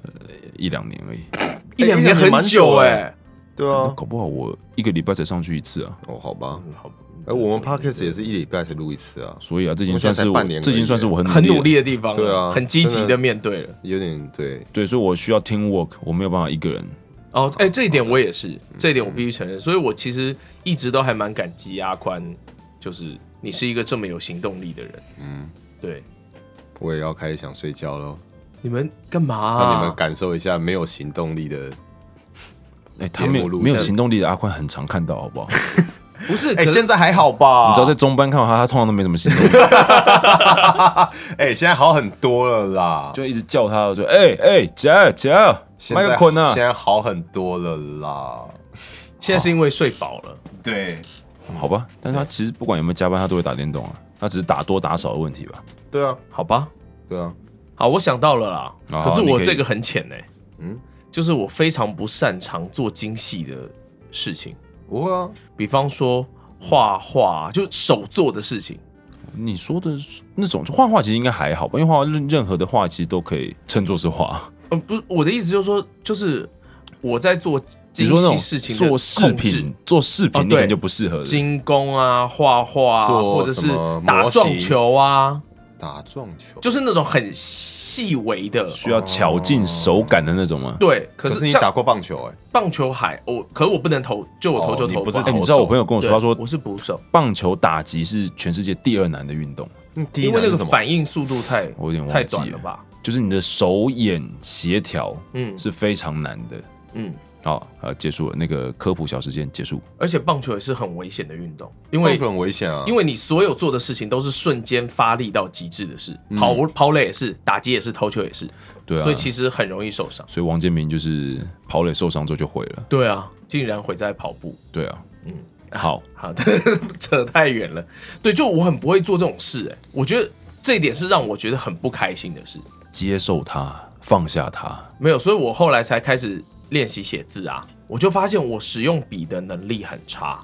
一两年而已。
哦
一两年
一两年
很
蛮久
哎、
欸对
那
啊，
搞不好我一个礼拜才上去一次啊，
哦，好吧，
嗯好
哎，我们 podcast 也是一礼拜才录一次啊，
所以啊，这已经
我现
算
在
是
才
我
半年而已
这已经算是我很
很努
了
力的地方了，
对啊
很积极
真
的
的
面对了。
有点对，
对，所以我需要 team work，我没有办法一个人。
哦，哎、这一点我也
嗯
是，这一点我必须承认，所以我其实一直都还蛮感激阿宽，就是你是一个这么有行动力的人。
嗯，
对，
我也要开始想睡觉喽，
你们干嘛、啊
让你们感受一下没有行动力的。
哎、他没
节目
有
录
没有
像啊
行动力的阿宽很常看到，好不好？你
不是，
哎，
可是
现在还好吧？
知道在中班看到他，他通常都没什么行动力，
哎，现在好很多了啦，
就一直叫他，我就哎哎姐姐，
现
麦
在
克坤啊
现，在好很多了啦。
现在
哦
是因为睡饱了。
对，
好吧。但是他其实不管有没有加班，他都会打电动啊，他只是打多打少的问题吧。
对啊，
好吧，
对啊，
好，我想到了啦，
哦
可是
你
我
可以
这个很浅哎、嗯
嗯，
就是我非常不擅长做精细的事情，
不会啊，
比方说画画，就手做的事情。
你说的那种画画其实应该还好吧，因为画画任任何的画其实都可以称作是画。
呃，不，我的意思就是说，就是我在做
你
精
说那种
细事情的
做饰
控制
品，做饰
哦
品那个
对
就不适合的。
精工啊、画画啊，
做
或者是
什么
打
模
撞
型
球啊，
打撞球
就是那种很细微的。
需要巧劲手感的那种吗？
对，可
可是
是
你
像
打过棒球哎、
棒球还我，可是我不能投，就我投
哦
球
你
投
不
不
是
哎、
好
投
你知道我
手
朋友跟我说，
对
他说
我是捕手，
棒球打击是全世界第二难的运动，
你第一
因为那
难是
个
什么？
反应速度太
我有点忘记
太
了
短了吧？
就是你的手眼协调
嗯
是非常难的。
嗯，
好，呃，结束了那个科普小时间，结束。
而且棒球也是很危险的运动，因
棒
为
球很危险啊，
因为你所有做的事情都是瞬间发力到极致的事，跑跑垒也是，打击也是，投球也是，
嗯对啊，
所以其实很容易受伤。
所以王建民就是跑垒受伤之后就毁了。
对啊，竟然毁在跑步。
对啊，
嗯
嗯，好，
好 的，扯太远了。对，就我很不会做这种事、哎，我觉得这一点是让我觉得很不开心的事。
接受它，放下它。
没有，所以我后来才开始练习写字啊，我就发现我使用笔的能力很差。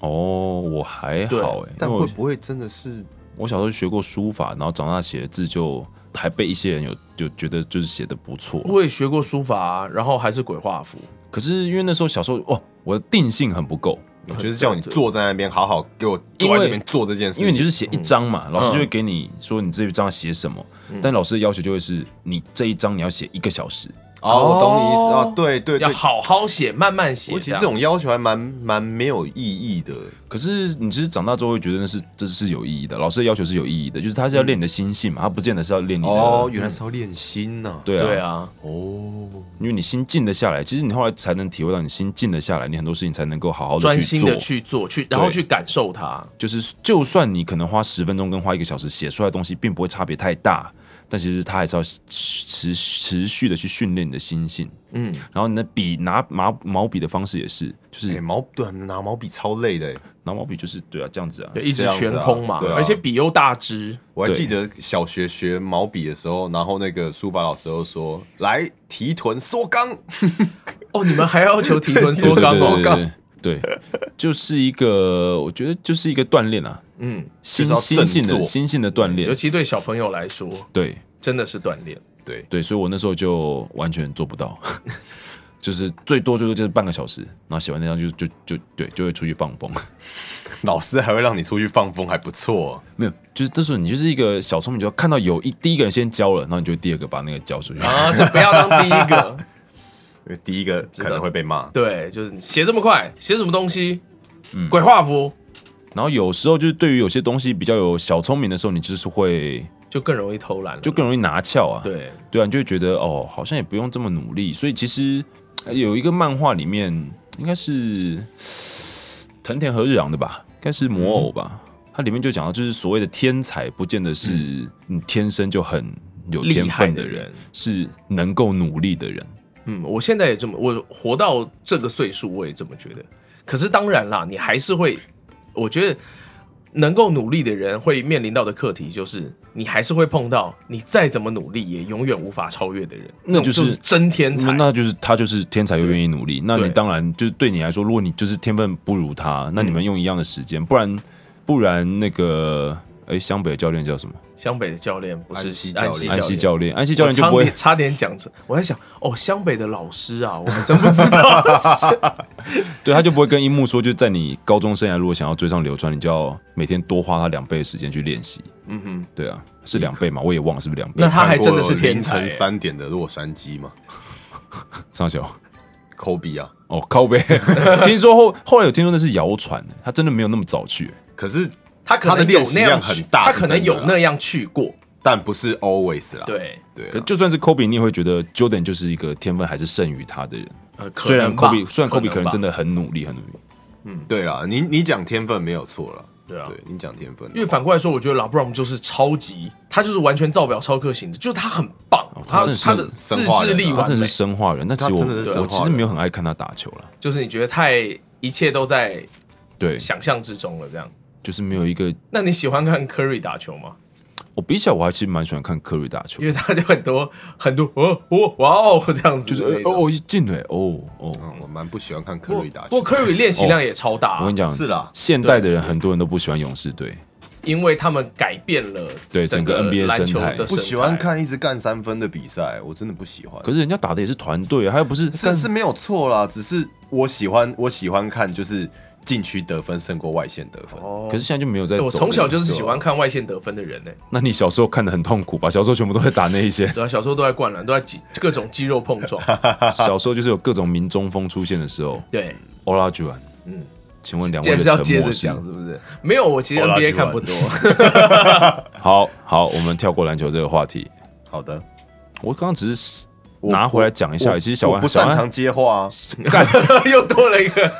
哦，我还好哎、
但
因为
会
我
不会真的是
我小时候学过书法，然后长大写的字就还被一些人有就觉得就是写的不错。
我也学过书法、啊，然后还是鬼画符。
可是因为那时候小时候哦，我的定性很不够，
我就是叫你坐在那边好好给我
因
坐
为
在这边做这件事情，
因为你就是写一张嘛，老师就会给你说你这一章写什么，但老师的要求就会是你这一章你要写一个小时。
哦，我懂你意
哦
思啊，对对
要
对，
好好写，慢慢写。
我其实
样
这种要求还蛮蛮没有意义的，
可是你其实长大之后会觉得那是这是有意义的，老师的要求是有意义的，就是他是要练你的心性嘛，他不见得是要练你的。
哦，原来是要练心呐、
对啊，
对啊，
哦，
因为你心静得下来，其实你后来才能体会到你心静得下来，你很多事情才能够好好的
专心的
做。
去做，去然后去感受它。
就是就算你可能花十分钟跟花一个小时写出来的东西，并不会差别太大，但其实它还是要持持续的去训练你的心性。
嗯，
啊
然后你的笔拿毛毛笔的方式也是，就是
哎、毛对拿毛笔超累的，欸
拿毛笔就是对啊，这样子啊。
对，一直
这样子
悬
啊
空嘛，
对啊
而且笔又大支。
我还
对
记得小学学毛笔的时候，然后那个书法老师又说来提臀缩肛，
哦，你们还要求提臀缩
对
肛
对
哦？
对对对对，就是一个我觉得就是一个锻炼啊，
嗯，
心
就是要
心性
振
的
作
心性的锻
尤
炼。
其对小朋友来说，
对
真的是锻炼。
对，
对，所以我那时候就完全做不到， 就是最多最多就是半个小时，然后写完那张就就就对就会出去放风。
老师还会让你出去放风，还不错、
没有，就是这时候你就是一个小聪明，就看到有一第一个人先交了，然后你就第二个把那个交出去。
啊，就不要当第一个。
因为哦第一个可能会被骂，
对，就是你写这么快，写什么东西？
嗯
鬼画符
然后有时候就是对于有些东西比较有小聪明的时候，你就是会
就更容易偷懒了，
就更容易拿翘啊。
对。
对啊，你就会觉得哦，好像也不用这么努力。所以其实有一个漫画里面应该是藤田和日郎的吧，应该是魔偶吧。
嗯
它里面就讲到，就是所谓的天才，不见得是你天生就很有
厉
天
害
分
的
人，
人
是能够努力的人。
嗯，我现在也这么，我活到这个岁数，我也这么觉得。可是当然啦，你还是会，我觉得能够努力的人会面临到的课题就是，你还是会碰到你再怎么努力也永远无法超越的人，
那就
种
是
就是真天才。
那就是他就是天才又愿意努力。那你
对
当然就是对你来说，如果你就是天分不如他，那你
嗯
们用一样的时间，不然不然那个哎，湘北教练叫什么？
湘北的教练不是
安西
安
教
西
练
安西
练。
教练，安西教练就
我
不
差
会
点。差点讲成，我在想哦，湘北的老师啊，我还真不知道。
对，他就不会跟樱木说，就在你高中生涯如果想要追上流川，你就要每天多花他两倍的时间去练习。
嗯哼，
对啊，是两倍嘛？我也忘了是不是两倍
那。他还真的是天
看过
才、欸
凌晨三点的洛杉矶嘛，
上小
科比啊。
哦，靠背。 听说后后来有听说那是谣传，他真的没有那么早去。
可是，
他可
他的
能有
练习
那样
量
去
很大
他
是
可能
真的
有
啦
那样去过。
但不是 always 啦。
对，
对
可
啊，
就算是 Kobe，你也会觉得 Jordan 就是一个天分还是胜于他的人。
呃，可
虽然
能吧
Kobe 虽然 Kobe 可能
吧
真的很努力，很努力。
对啦，你你讲天分没有错啦。
对啊
对你讲天分，
因为反过来说，我觉得 LeBron 就是超级，他就是完全照表超课型的，就是他很棒，
哦他
他
真的是
他的自
生化
制
人啊
力
他
完
真的
美
是，生化人，但其实
他真的是
我
生
我
化
其
人
实没有很爱看他打球了。
就是你觉得太一切都在
对，
想象之中了，这样。
就是没有一个
那你喜欢看 Curry 打球吗？
我比起来，我还其实蛮喜欢看科瑞打球
因，为他就很多很多哦哦哇哦这样子
就
的
是
那
呃
种，
哦一进来哦哦，
嗯，我蛮不喜欢看科
不
瑞打
不
球。
过 Curry 练习量也超大
哦
啊、
我跟你讲，
是啦
现代的人很多人都不喜欢勇士队，
因为他们改变了
对整
整
个 NBA
篮球的
生态
不喜欢看一直干三分的比赛，我真的不喜欢。
可是人家打的也是团队啊，他又不是
是是没有错啦，只是我喜欢我喜欢看就是禁区得分胜过外线得分。
哦
可是现在就没有在走
对
了。
我从小就是
啊
喜欢看外线得分的人呢、
那你小时候看的很痛苦吧？小时候全部都在打那一
，
些
对啊，小时候都在灌篮，都在肌各种肌肉碰撞，
小时候就是有各种民中锋出现的时候，
对。
欧拉居然，
嗯
嗯，请问两
接
位
着
的
要
沉
接着
默
讲
是？哦
是不是？没有，我其实
好啦
NBA
今晚
看不多。
好好，我们跳过篮球这个话题，
好的，
我刚刚只是
我
拿回来讲一下，
我
其实小
我
安
不
小
擅
安
长接话啊，
干，
又多了一个。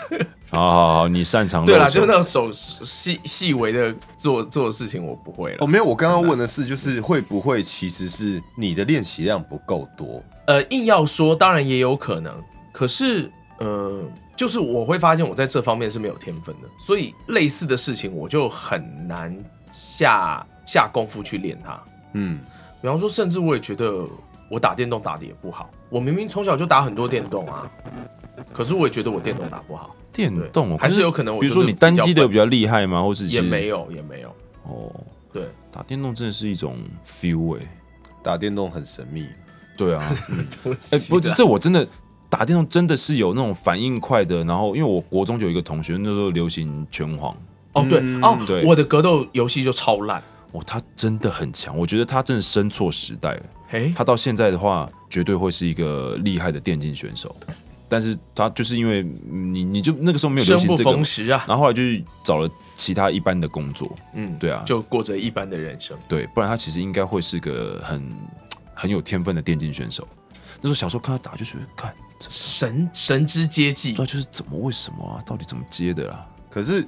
好好好，你擅长
对啦，
漏球
就是那种手细细微的做做的事情，我不会
哦，
了。
没有，我刚刚问的是就是会不会其实是你的练习量不够多？
呃，硬要说，当然也有可能，可是，呃，就是我会发现我在这方面是没有天分的，所以类似的事情我就很难下下功夫去练它。
嗯，
比方说，甚至我也觉得我打电动打的也不好，我明明从小就打很多电动啊，可是我也觉得我电动打不好，
电
对
动哦
还是
可
有可能我
比如
就
说
是
你单
比较
机的
笨
比较厉害吗？或是
也没
有
有，也没有，
哦？
对。
打电动真的是一种 feel 哎、
打电动很神秘，
对 啊，
哎、
哎、不，这我真的打电动真的是有那种反应快的。然后，因为我国中就有一个同学，那时候流行拳皇，
哦，对、
嗯
哦，
对
我的格斗游戏就超烂。
哇，哦他真的很强，我觉得他真的生错时代了。
哎、
他到现在的话，绝对会是一个厉害的电竞选手。但是他就是因为嗯你，你就那个时候没有流
生
行
不
这个
逢
嘛，
时啊。
然后后来就是找了其他一般的工作，
嗯，
对啊
就过着一般的人生。
对，不然他其实应该会是个很很有天分的电竞选手。那时候小时候看他打，就觉得看，这
神神之阶技
对啊，就是怎么为什么啊？到底怎么接的啦？
可是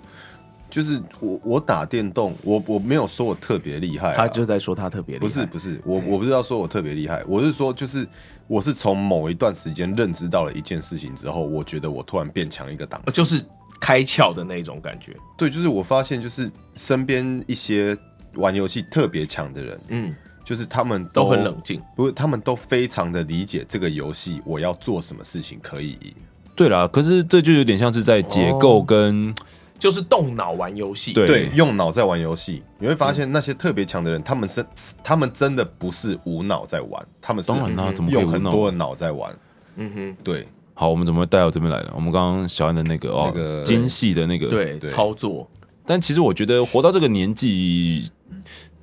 就是我我打电动，我我没有说我特别厉害啊，
他就在说他特别厉害。
不是不是，我我不是要说我特别厉害，我是说就是我是从某一段时间认知到了一件事情之后，我觉得我突然变强一个档
哦
次。
就是开窍的那种感觉。
对，就是我发现就是身边一些玩游戏特别强的人，
嗯，
就是他们都
都很冷，静。
不是他们都非常的理解这个游戏我要做什么事情可以赢。
对啦，可是这就有点像是在解构跟、
哦就是动脑玩游戏，
对
对，用脑在玩游戏，你会发现那些特别强的人，他们是他们真的不是无脑在玩，他们是
当然啦、
嗯
怎么会
用
无
很
脑？
多的脑在玩。
嗯
对，
好，我们怎么会带到这边来了？我们刚刚小安的那个哦，
那个
精细的那个
哼，对，
对
操作，
但其实我觉得活到这个年纪，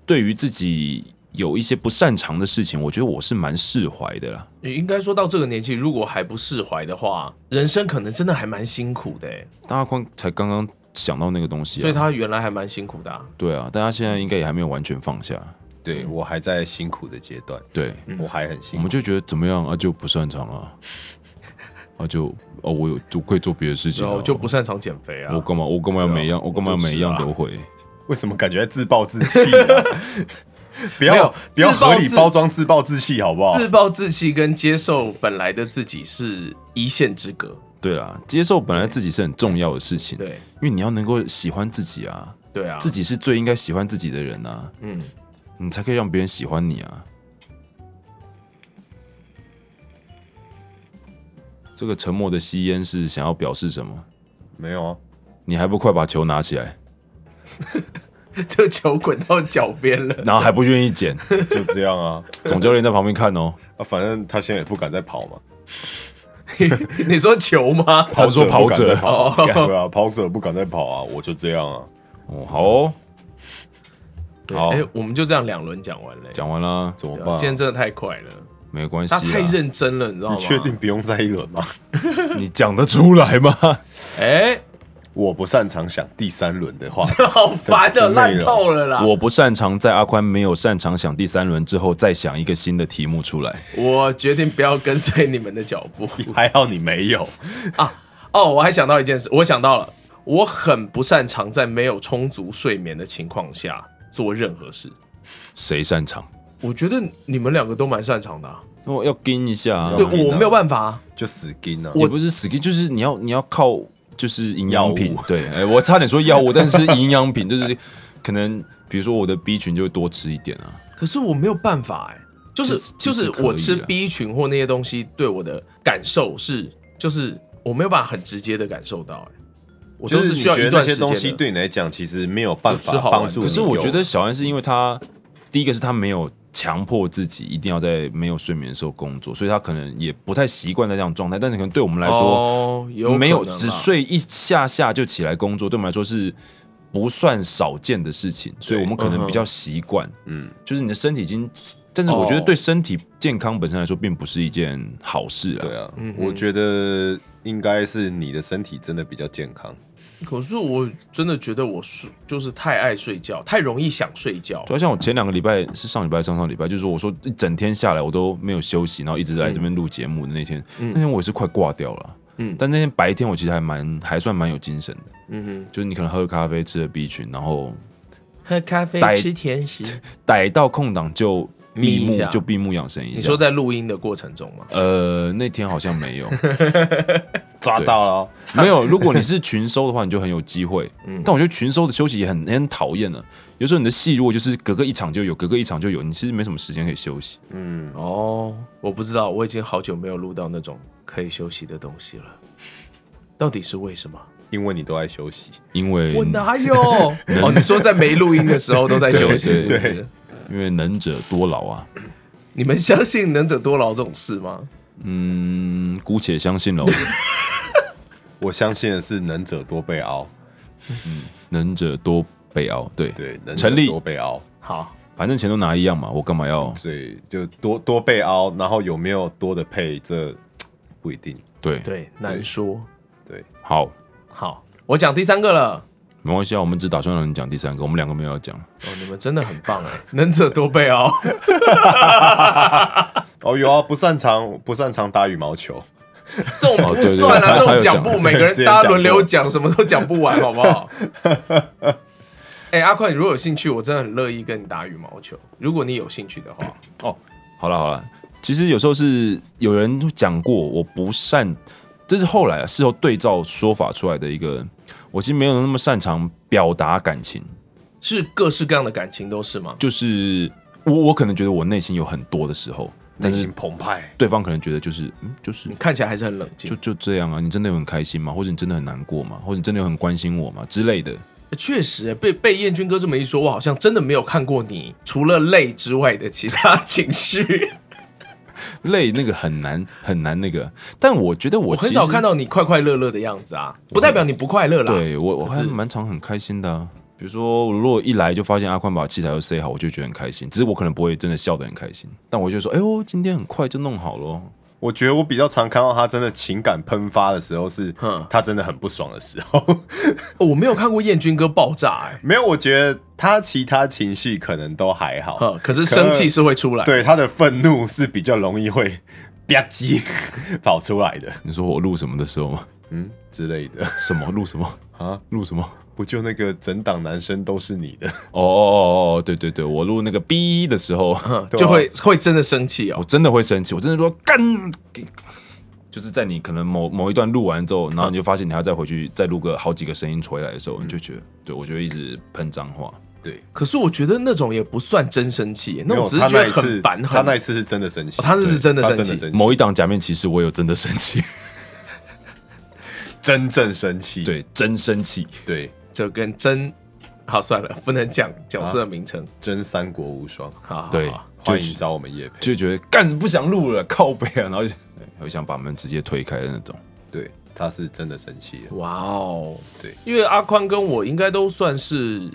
对于自己有一些不擅长的事情，我觉得我是蛮释怀的啦。
应该说到这个年纪，如果还不释怀的话，人生可能真的还蛮辛苦的欸、
大宽才刚刚想到那个东西、啊，
所以他原来还蛮辛苦的、啊。
对啊，但他现在应该也还没有完全放下。
对我还在辛苦的阶段，
对，
嗯
我还很辛
我
苦
们。就觉得怎么样啊，就不擅长啊。啊就哦我有就会做别的事情
然
啊，
后就啊不擅长减肥啊。
我干嘛我干嘛要每样我干嘛要每一样都会？
为什么感觉在自暴自弃 啊？
没
不要
有
不要
自暴
合理
自
包装自暴自弃，好不好？
自暴自弃跟接受本来的自己是一线之隔。
对啦，接受本来自己是很重要的事情，
对
因为你要能够喜欢自己啊，
对啊，
自己是最应该喜欢自己的人啊，
嗯，
你才可以让别人喜欢你啊。这个沉默的吸烟是想要表示什么？
没有啊，
你还不快把球拿起来，
这球滚到脚边了。
然后还不愿意捡，
就这样啊。
总教练在旁边看哦，
啊，反正他现在也不敢再跑嘛，
你说球吗？
他说跑
跑
者
跑，
哦
对啊，跑者不敢再跑啊，我就这样啊。
哦，好哦，好
哎、，我们就这样两轮讲完了、
讲啊完啦，
怎么
对啊
办、
今天真的太快了，
没关系
他
啦，
太认真了，你知道吗？
你确定？不用再一轮吗？
你讲得出来吗？
哎、
我不擅长想第三轮的话题，
好烦的，
真的
烂透了啦！
我不擅长在阿宽没有擅长想第三轮之后再想一个新的题目出来。
我决定不要跟随你们的脚 步
还好你没有。
啊！哦，我还想到一件事，我想到了，我很不擅长在没有充足睡眠的情况下做任何事。
谁擅长？
我觉得你们两个都蛮擅长的、啊，
我要跟一下、啊
当
对
然
我
啊
没有办法、啊。
就死盯啊！
也不是 skin，就是你要你要靠就是营养品
药物。
对，哎、我差点说药物，但是营养品就是可能，比如说我的 B 群就会多吃一点啊。
可是我没有办法哎、就是
其
就
实其实
是
可以啊
我吃 B 群或那些东西对我的感受是，就是我没有办法很直接的感受到哎、我都
就是你
需要
觉
一
得那
段
些
时间
东
的
西对你来讲其实没有办
就吃
法
好玩
帮助
可
你。
是我觉得，小安是因为他第一个是他没有强迫自己一定要在没有睡眠的时候工作，所以他可能也不太习惯在这样的状态。但是可能对我们来说，
哦、有可能
没有
啦
只睡一下下就起来工作，对我们来说是不算少见的事情，所以我们可能比较习惯。
嗯，
就是你的身体已经，但是我
哦
觉得对身体健康本身来说，并不是一件好事啊。
对啊，
嗯哼
我觉得应该是你的身体真的比较健康。
可是我真的觉得我睡就是太爱睡觉，太容易想睡觉
主。要啊像我前两个礼拜是上礼拜、上上礼拜，就是说我说一整天下来我都没有休息，然后一直来这边录节目的那天，
嗯
那天我也是快挂掉了。
嗯
但那天白天我其实还蛮还算蛮有精神的，
嗯哼，
就是你可能喝咖啡、吃了 B 群，然后
喝咖啡
呆
吃甜食。
逮到空档就闭
眯一
目
下
就闭目养神一下。
你说在录音的过程中吗？
呃，那天好像没有，
抓到了哦，
没有。如果你是群收的话，你就很有机会。
嗯
但我觉得群收的休息也很也很讨厌呢。啊有时候你的戏如果就是隔个一场就有，隔个一场就有，你其实没什么时间可以休息。
嗯，
哦，我不知道，我已经好久没有录到那种可以休息的东西了，到底是为什么？
因为你都爱休息，
因为
嗯
我哪 有？哦，你说在没录音的时候都在休息，
对
是不是
对
因为能者多劳啊。
你们相信能者多劳这种事吗？
嗯，姑且相信喽，
我相信的是能者多被熬，
能者多被熬。 对，
对，能者
成立
多被熬，
好，
反正钱都拿一样嘛，我干嘛要？
对，就多多被熬，然后有没有多的配，这不一定。
对，
对，难说。
对，
好，
好，我讲第三个了。
没关系啊，我们只打算让你讲第三个，我们两个没有要讲。
哦，你们真的很棒哎， 能者多备哦。
哦，有啊，不擅长不擅长打羽毛球，
这种
哦
不
对对
算啊，
他 他
这种
有
讲
讲
不，
对
每个
之前
人大
讲
家轮流
过
讲，什么都讲不完，好不 好？哎、阿宽，你如果有兴趣，我真的很乐意跟你打羽毛球。如果你有兴趣的话，
好了好了，其实有时候是有人讲过，我不善，这是后来啊事后对照说法出来的一个，我其实没有那么擅长表达感情，
是各式各样的感情都是吗？
就是我我可能觉得我内心有很多的时候，
内
但是
心澎湃，
对方可能觉得就是嗯就是
你看起来还是很冷
就
静，
就这样啊，你真的有很开心吗？或者你真的很难过吗？或者你真的有很关心我吗？之类的，
确实、哎被被燕君哥这么一说，我好像真的没有看过你除了泪之外的其他情绪。
累那个很难很难那个，但我觉 得我
我
其
很
实
少看到你快快乐乐的样子啊，不代表你不快乐啦。
对我我
可
还
是
蛮常很开心的、啊。比如说，如果一来就发现阿宽把器材都塞好，我就觉得很开心。只是我可能不会真的笑得很开心，但我就说，哎呦，今天很快就弄好咯。
我觉得我比较常看到他真的情感喷发的时候是
嗯，
他真的很不爽的时候。
哦我没有看过燕君哥爆炸、哎，
没有，我觉得他其他情绪可能都还好，
嗯，可是生气是会出来的。
对他的愤怒是比较容易会 吧唧跑出来的，
你说我录什么的时候吗？
嗯之类的
什么录什么
啊，
录什么？
不就那个整档男生都是你 的，
哦哦哦哦，对对对，我录那个 B 的时候，
对啊
哦就会会真的生气
我
哦。
真的会生气，我真的说干，就是在你可能某某一段录完之后，然后你就发现你还要再回去再录个好几个声音回来的时候，你
嗯
就觉得，对我就会一直喷脏话，
对，
可是我觉得那种也不算真生气，
没
种
有
只是
他
觉
那
得
一
很
次，
烦，
他
很
那一次是真的生气，
哦他那是
对
真的
他
生
真的
气
生气，
某一档假面骑士我有真的生气，
真正生气，
对，真生气，
对，
就跟真好算了，不能讲角色名称。
真三国无双，
好好，
对
好好，
啊欢
就
迎找我们叶培，
就觉得干不想录了，靠背啊，然后就我想把门直接推开的那种。
对，他是真的生气了，
哇哦，
对，
因为阿宽跟我应该都算是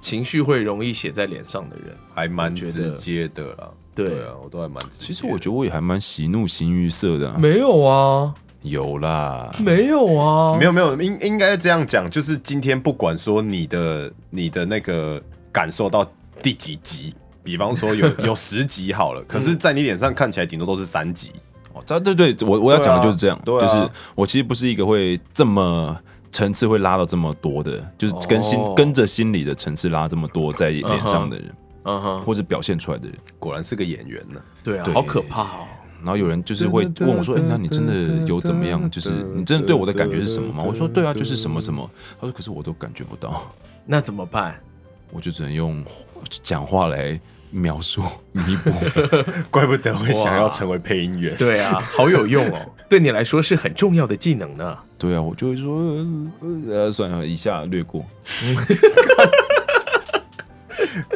情绪会容易写在脸上的人。
还蛮
我觉得
直接的啦，
对
对啊，我都还蛮直接的，
其实我觉得我也还蛮喜怒形于色的、啊，
没有啊，
有啦，
没有啊，
没有没有，应应该这样讲，就是今天不管说你的你的那个感受到第几集，比方说 有有十集好了，可是，在你脸上看起来顶多都是三集，
哦，这对对，我我要讲的就是这样，
对啊对啊
就是我其实不是一个会这么层次会拉到这么多的，就是跟心、
哦
跟着心理的层次拉这么多在脸上的人，
嗯哼，
或是表现出来的人。
果然是个演员呢。
对啊，
对
好可怕哦。
然后有人就是会问我说：“哎、那你真的有怎么样？就是你真的对我的感觉是什么吗？”我说：“对啊，就是什么什么。”他说：“可是我都感觉不到，
那怎么办？
我就只能用讲话来描述弥补。
怪不得会想要成为配音员。
对啊，好有用 哦，对你来说是很重要的技能呢。”
对啊，我就会说：“呃呃，呃算了，一下略过。”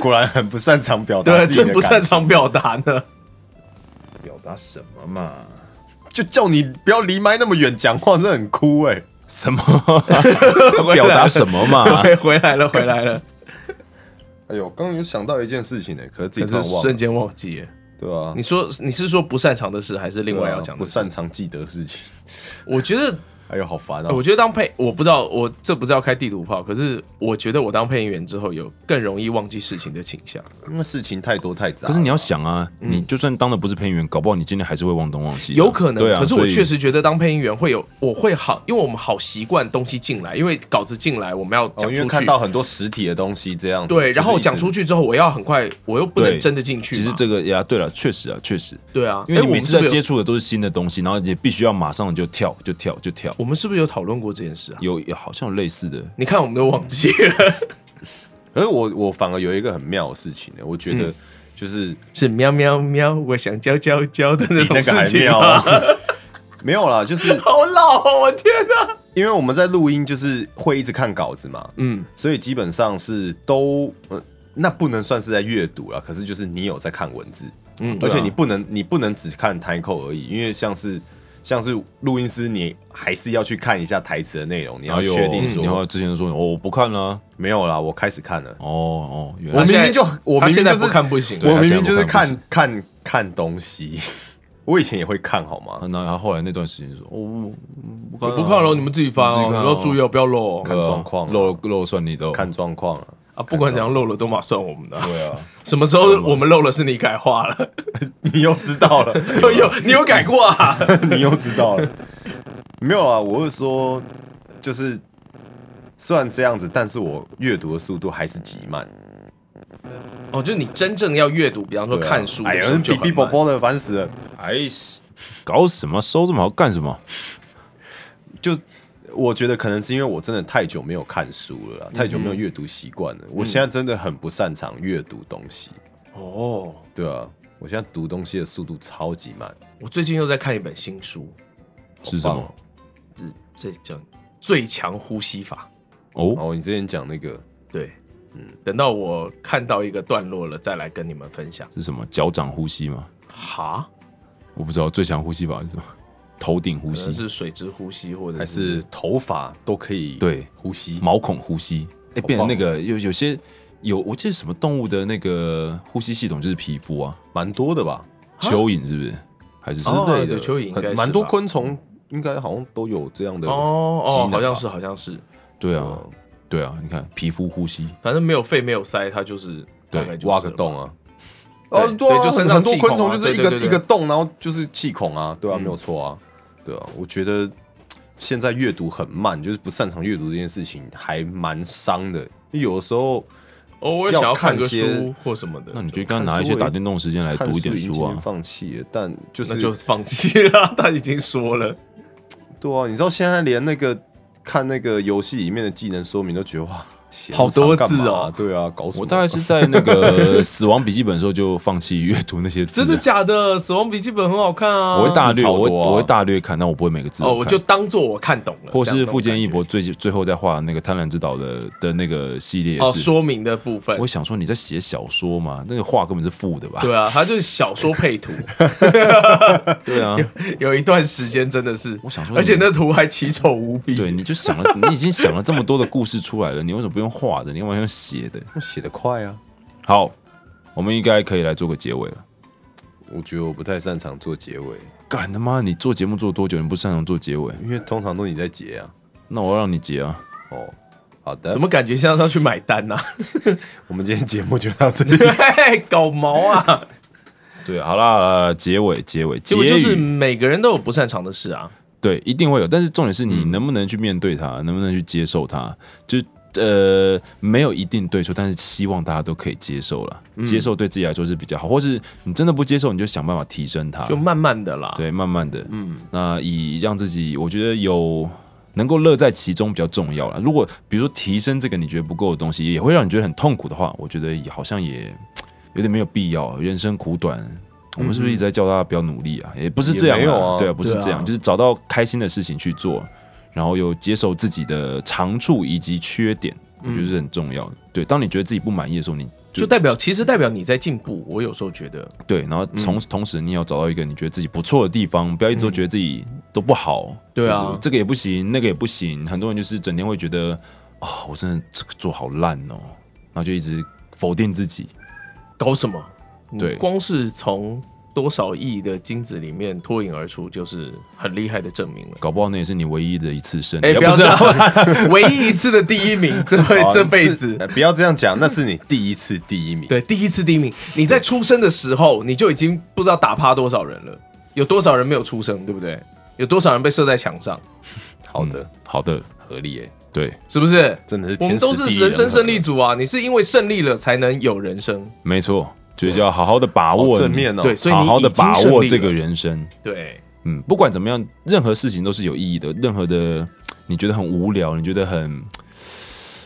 果然很不擅长表达
对，
自啊己的
真
感
不擅
觉，
长表达呢。
表达什么嘛？
就叫你不要离麦那么远讲话，这很酷哎、
什么？ 表达什么 嘛？
回回来了，回来了，
哎呦，刚刚有想到一件事情哎、可是自己
可
突
是
然忘
瞬
了，
间忘记了。
对啊，
你说你是说不擅长的事，还是另外要
对啊
讲
不
的事？
擅长记得事情，
我觉得，
哎呦，好烦啊、
我觉得当配，我不知道，我这不是要开地图炮，可是我觉得我当配音员之后，有更容易忘记事情的倾向。
因为事情太多太杂了，
可是你要想啊，
嗯
你就算当的不是配音员，搞不好你今天还是会忘东忘西的。
有可能，
对啊，
可是我
所以
确实觉得当配音员会有，我会好，因为我们好习惯东西进来，因为稿子进来我们要
哦，
讲
因为
出
看
去，
到很多实体的东西这样子。
对，然后讲出
去，
去之后，我要很快，我又不能
对
真的进去嘛，
其实这个呀，对了，确实啊，确实，
对啊，
因为
哎
你
我
每
们
次
是
在
不是
接
有
触的都是新的东西，然后你必须要马上就跳，就跳，就跳。
我们是不是有讨论过这件事啊？
有有好像有类似的，
你看，我们都忘记了，
可是我我反而有一个很妙的事情呢，我觉
嗯
得就是
是喵喵喵，我想教教教的那
比
种
那个
事
还
情
妙
啊
啊。 没有啦，就是
好老哦！我天哪！
因为我们在录音，就是会一直看稿子嘛，
嗯，
所以基本上是都呃，那不能算是在阅读啦，可是就是你有在看文字，
嗯
而
对啊
且你不能你不能只看 t i c o 而已，因为像是像是录音师，你还是要去看一下台词的内容，你
然
哎
要
后有
确定
然后
说
之前就说哦我不看了，
没有啦，我开始看了，
哦哦，原
我
来
们
明明就我
他
明
现在
明就
不
是
看不行啊
对
我
他
明
现在
明
不
就是
看不
看看看东西， 我以前也会看好吗？
然后后来那段时间就说哦不
我
看
不看
了
了，你们自己翻
你
哦，
自己
你
看哦
们要注意哦，不要漏哦
啊看状况啊
漏了漏了算你的哦，
看状况了。
啊！不管怎样漏了都嘛算我们的。
对啊，
什么时候我们漏了是你改话了？
你又知道 了，
有有你有改过啊？
你又知道了，没有啊？我是说，就是虽然这样子，但是我阅读的速度还是极慢。
哦，就是你真正要阅读，比
哦
方说
对啊
看书
哎
的时候
呀，
就
比比
很
宝
慢，哦
宝的烦死了。
哎是搞什么收这么好干什么？
就我觉得可能是因为我真的太久没有看书
嗯
了啦，太久没有阅读习惯了。我现在真的很不擅长阅读东西，
哦，
对啊，我现在读东西的速度超级慢。
我最近又在看一本新书，
是什么？
这这叫《最强呼吸法
哦，
哦，你之前讲那个，》。
对，嗯，等到我看到一个段落了，再来跟你们分享。
是什么？脚掌呼吸吗？
哈，
我不知道最强呼吸法是什么，头顶呼
可
吸、
能是水之呼吸，或者
还是头发都可以
对
呼吸，
毛孔呼吸，哎、
好棒
变成那个有有些有，我记得什么动物的那个呼吸系统就是皮肤啊，
蛮多的吧？
蚯蚓是不是？还是什么
哦
之类的，
对蚯蚓应该
很
是
蛮多
吧
昆虫，应该好像都有这样的
哦哦
机能，吧
好像是好像是，哦
对啊，对啊，你看皮肤呼吸，
反正没有肺没有鳃，它就是大概
对
就是
挖个洞啊，哦，
对
对啊，
就身
很
上
很多
气孔啊
昆虫就是一
对
个
对对对
一个洞，然后就是气孔啊，对啊，
嗯
没有错啊，对啊，我觉得现在阅读很慢，就是不擅长阅读这件事情还蛮伤的，因为有的时候
偶尔
要
哦想要
看
看个
些
书或什么的，
那你就
就
刚
看
拿一
书
些
而
打
已
电动的时间来
哦
看
读一点
已经
书啊，
放弃了，但就是
那就放弃了。 他已经说了，
对啊，你知道现在连那个看那个游戏里面的技能说明都觉得哇，写那么
好多
长干嘛
字哦
啊对啊，搞什么？
我大概是在那 个《死亡笔记本》的时候就放弃阅读那些字了，
真的假的？《死亡笔记本》很好看啊，
我会大
字
略，
超
我会
多啊
我会大略看，但我不会每个字都
哦，我
看
就当做我看懂了，
或
这
是
样
富坚义博
那种
最最后在画那个《贪婪之岛》的的那个系列
感觉哦，
是
说明的部分
我。想说你在写小说嘛，那个画根本是负的吧？
对啊，他就是小说 配图，
对啊，
有一段时间真的是，
我想说
而且
你
那图还奇丑无比。
对，你就想了，你已经想了这么多的故事出来了， 你为什么不用画的？你为什么用写的？
写的快啊，
好，我们应该可以来做个结尾了。
我觉得我不太擅长做结尾，
干他妈！你做节目做多久？你不擅长做结尾？
因为通常都你在结啊。
那我要让你结啊！
哦，好的，
怎么感觉像是要去买单 呐、啊？
我们今天节目就到这 里。
对，搞毛啊！
对，好啦，呃结尾结尾结
结果
语、
就是每个人都有不擅长的事啊。
对，一定会有。但是重点是你能不能去面对它，能不能去接受它，就呃没有一定对错，但是希望大家都可以接受了。接受对自己来说是比较好，或是你真的不接受，你就想办法提升它，
就慢慢的啦。，
啊对，慢慢的，嗯，那以让自己，我觉得有能够乐在其中比较重要了。如果比如说提升这个你觉得不够的东西，也会让你觉得很痛苦的话，我觉得也好像也有点没有必要。人生苦短，我们是不是一直在叫大家不要努力
嗯
啊？也不是这样
也没有啊
对啊，不是这
对
样，
啊
就是找到开心的事情去做，然后有接受自己的长处以及缺点，我觉得是很重要的。对，当你觉得自己不满意的时候，你
就代表其实代表你在进步。我有时候觉得，
对，然后
嗯
从、同时你也要找到一个你觉得自己不错的地方，不要一直都觉得自己都不好。
对啊
就是这个也不行，那个也不行。很多人就是整天会觉得啊、我真的这个做好烂哦，然后就一直否定自己。
搞什么？你
对
光是从多少亿的精子里面脱颖而出，就是很厉害的证明了。
搞不好那也是你唯一的一次胜利。
哎、
啊
不要
是
这
啊
样， 唯一一次的第一名，这会
好
这辈子
是。呃不要这样讲，那是你第一次第一名。
对，第一次第一名，你在出生的时候，你就已经不知道打趴多少人了，有多少人没有出生，对不对？有多少人被射在墙上，
好的，
好的，
合理耶，
对，
是不是？
真的是
我
天
们
时
都是
地利
人生
和
胜利组啊！你是因为胜利了才能有人生，
没错，就是要好好的把
好
握
正
你
面哦。
对，所以你
好好的
已经
把
胜
握
利
这个
了，
人生。
对，
嗯，不管怎么样，任何事情都是有意义的。任何的你觉得很无聊，你觉得很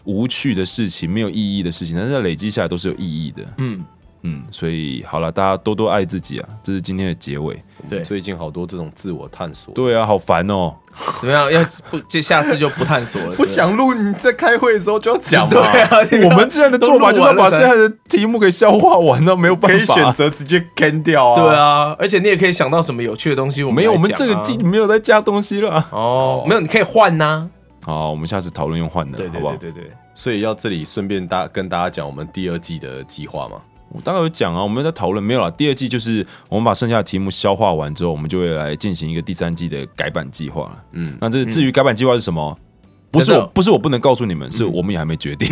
无趣的事情，没有意义的事情，但是累积下来都是有意义的。
嗯，
嗯，所以好了，大家多多爱自己啊，这是今天的结尾。
对，
最近好多这种自我探索。
对啊，好烦哦、
怎么样？要不这下次就不探索了，
不
是是
想录，你在开会的时候就要讲 嘛
对。啊，你不要
我们这样的做法就是要把现在的题目给消化完了，没有办
可 以
法。
啊
选择直接 can 掉啊！
对，啊，而且你也可以想到什么有趣的东西，我们
没有，我们
来
这
讲啊
个季没有在加东西了啊。
哦，没有，你可以换呐，
好，我们下次讨论用换的，
对
好
对
不好
对？对对，
所以要这里顺便大跟大家讲我们第二季的计划嘛。
我大概有讲啊，我们在讨论没有啦。第二季就是我们把剩下的题目消化完之后，我们就会来进行一个第三季的改版计划了。
嗯，
那这至于改版计划是什么？不是
真的
我，不是我不能告诉你们，是我们也还没决定。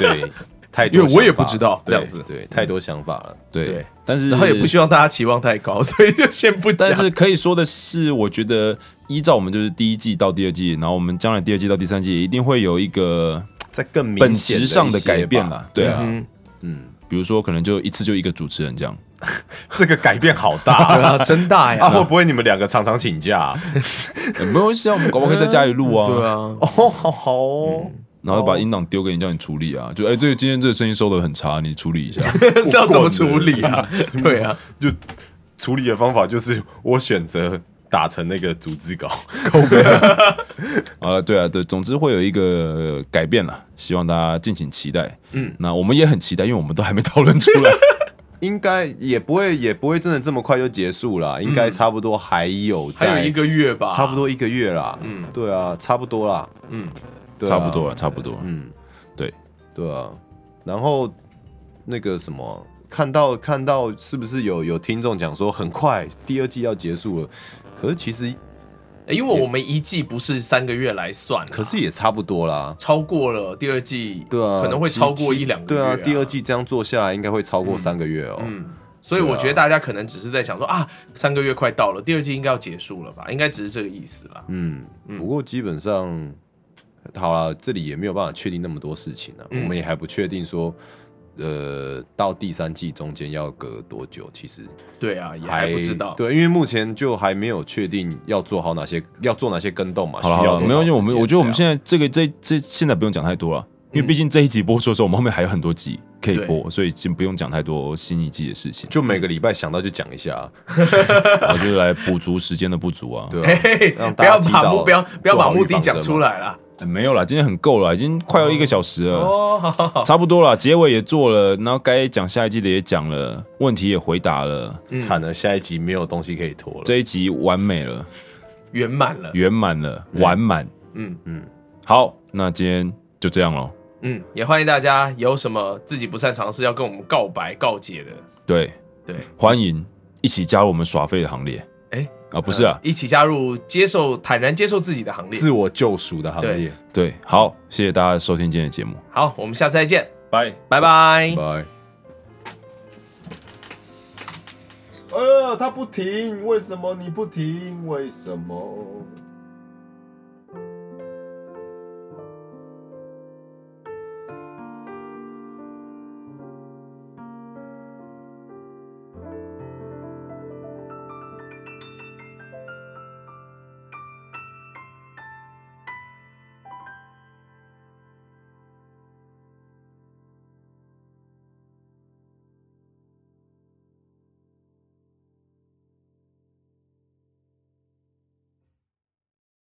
对，太多
因为我也
想法
不知道
对
这样子
对，太多想法了。
对
对，
但是
然后也不希望大家期望太高， 所以就先不讲
但。是可以说的是，我觉得依照我们就是第一季到第二季，然后我们将来第二季到第三季一定会有一个
在更明
本
显
质上
的
的
一些吧
改变啦。对啊，
嗯，
嗯，
比如说可能就一次就一个主持人这样，
这个改变好 大
对
啊！
啊，真大
啊
呀，
会不会你们两个常常请假啊？
呃没关系啊，我们搞不好可以在家里录啊，
对，啊，
哦，好好哦，
然后把音档丢给你，叫你处理啊，就哎，这个今天这个声音收的很差，你处理 一下。
是要怎么处理啊？对啊，
就处理的方法就是我选择打成那个逐字稿，
好了，对啊，对，总之会有一个改变啦，希望大家敬请期待。
嗯，
那我们也很期待，因为我们都还没讨论出来。
应该也不会也不会真的这么快就结束啦，应该差不多还有在
嗯还有一个月吧，
差不多一个月啦，嗯，对啊，差不多啦，
嗯
对啊
差不多，了，差不多了。
嗯，
对
对啊，然后那个什么。看到看到，是不是有有听众讲说很快第二季要结束了？可是其实
欸，因为我们一季不是三个月来算啦，
可是也差不多啦。
超过了第二季，
对啊，
可能会
其
超过
其
一两个
对啊
月、啊
啊，第二季这样做下来应该会超过三个月哦。
嗯，所以我觉得大家可能只是在想说啊，三个月快到了，第二季应该要结束了吧？应该只是这个意思啦。
嗯，不过基本上，好啦，这里也没有办法确定那么多事情啊，
嗯
我们也还不确定说，呃，到第三季中间要隔多久，其实
对啊，也还不知道。
对，因为目前就还没有确定要做好哪些，要做哪些跟动嘛，需
好了好
要
了，没有，因为我们我觉得我们现
在
在这个这这现在不用讲太多了，
嗯
因为毕竟这一集播出的时候，我们后面还有很多集可以播，所以先不用讲太多新一季的事情，
就每个礼拜想到就讲一下，啊
我就是来补足时间的不足啊。
对
嘿
啊，
嘿，
让
不
大家
要
提
把
早
目标不要
做
把
好
目
预
的
防
讲
针
出
嘛
来啦。
哎没有啦，今天很够了，已经快要一个小时了。
哦， 好好好，
差不多了，结尾也做了，然后该讲下一季的也讲了，问题也回答了，
嗯
惨了，下一集没有东西可以拖了。
这一集完美了，
圆满了。
圆满了，完满。
嗯
好，那今天就这样咯。
嗯，也欢迎大家有什么自己不擅长的事要跟我们告白告解的，
对，
对，
欢迎一起加入我们耍废的行列。
哎
啊，不是啊
呃，一起加入接受坦然接受自己的行列。
自我救赎的行列，
对，好，谢谢大家收听今天的节目，
好，我们下次再见，
拜。
拜拜。
拜。哎呃，他不停，为什么你不停？为什么？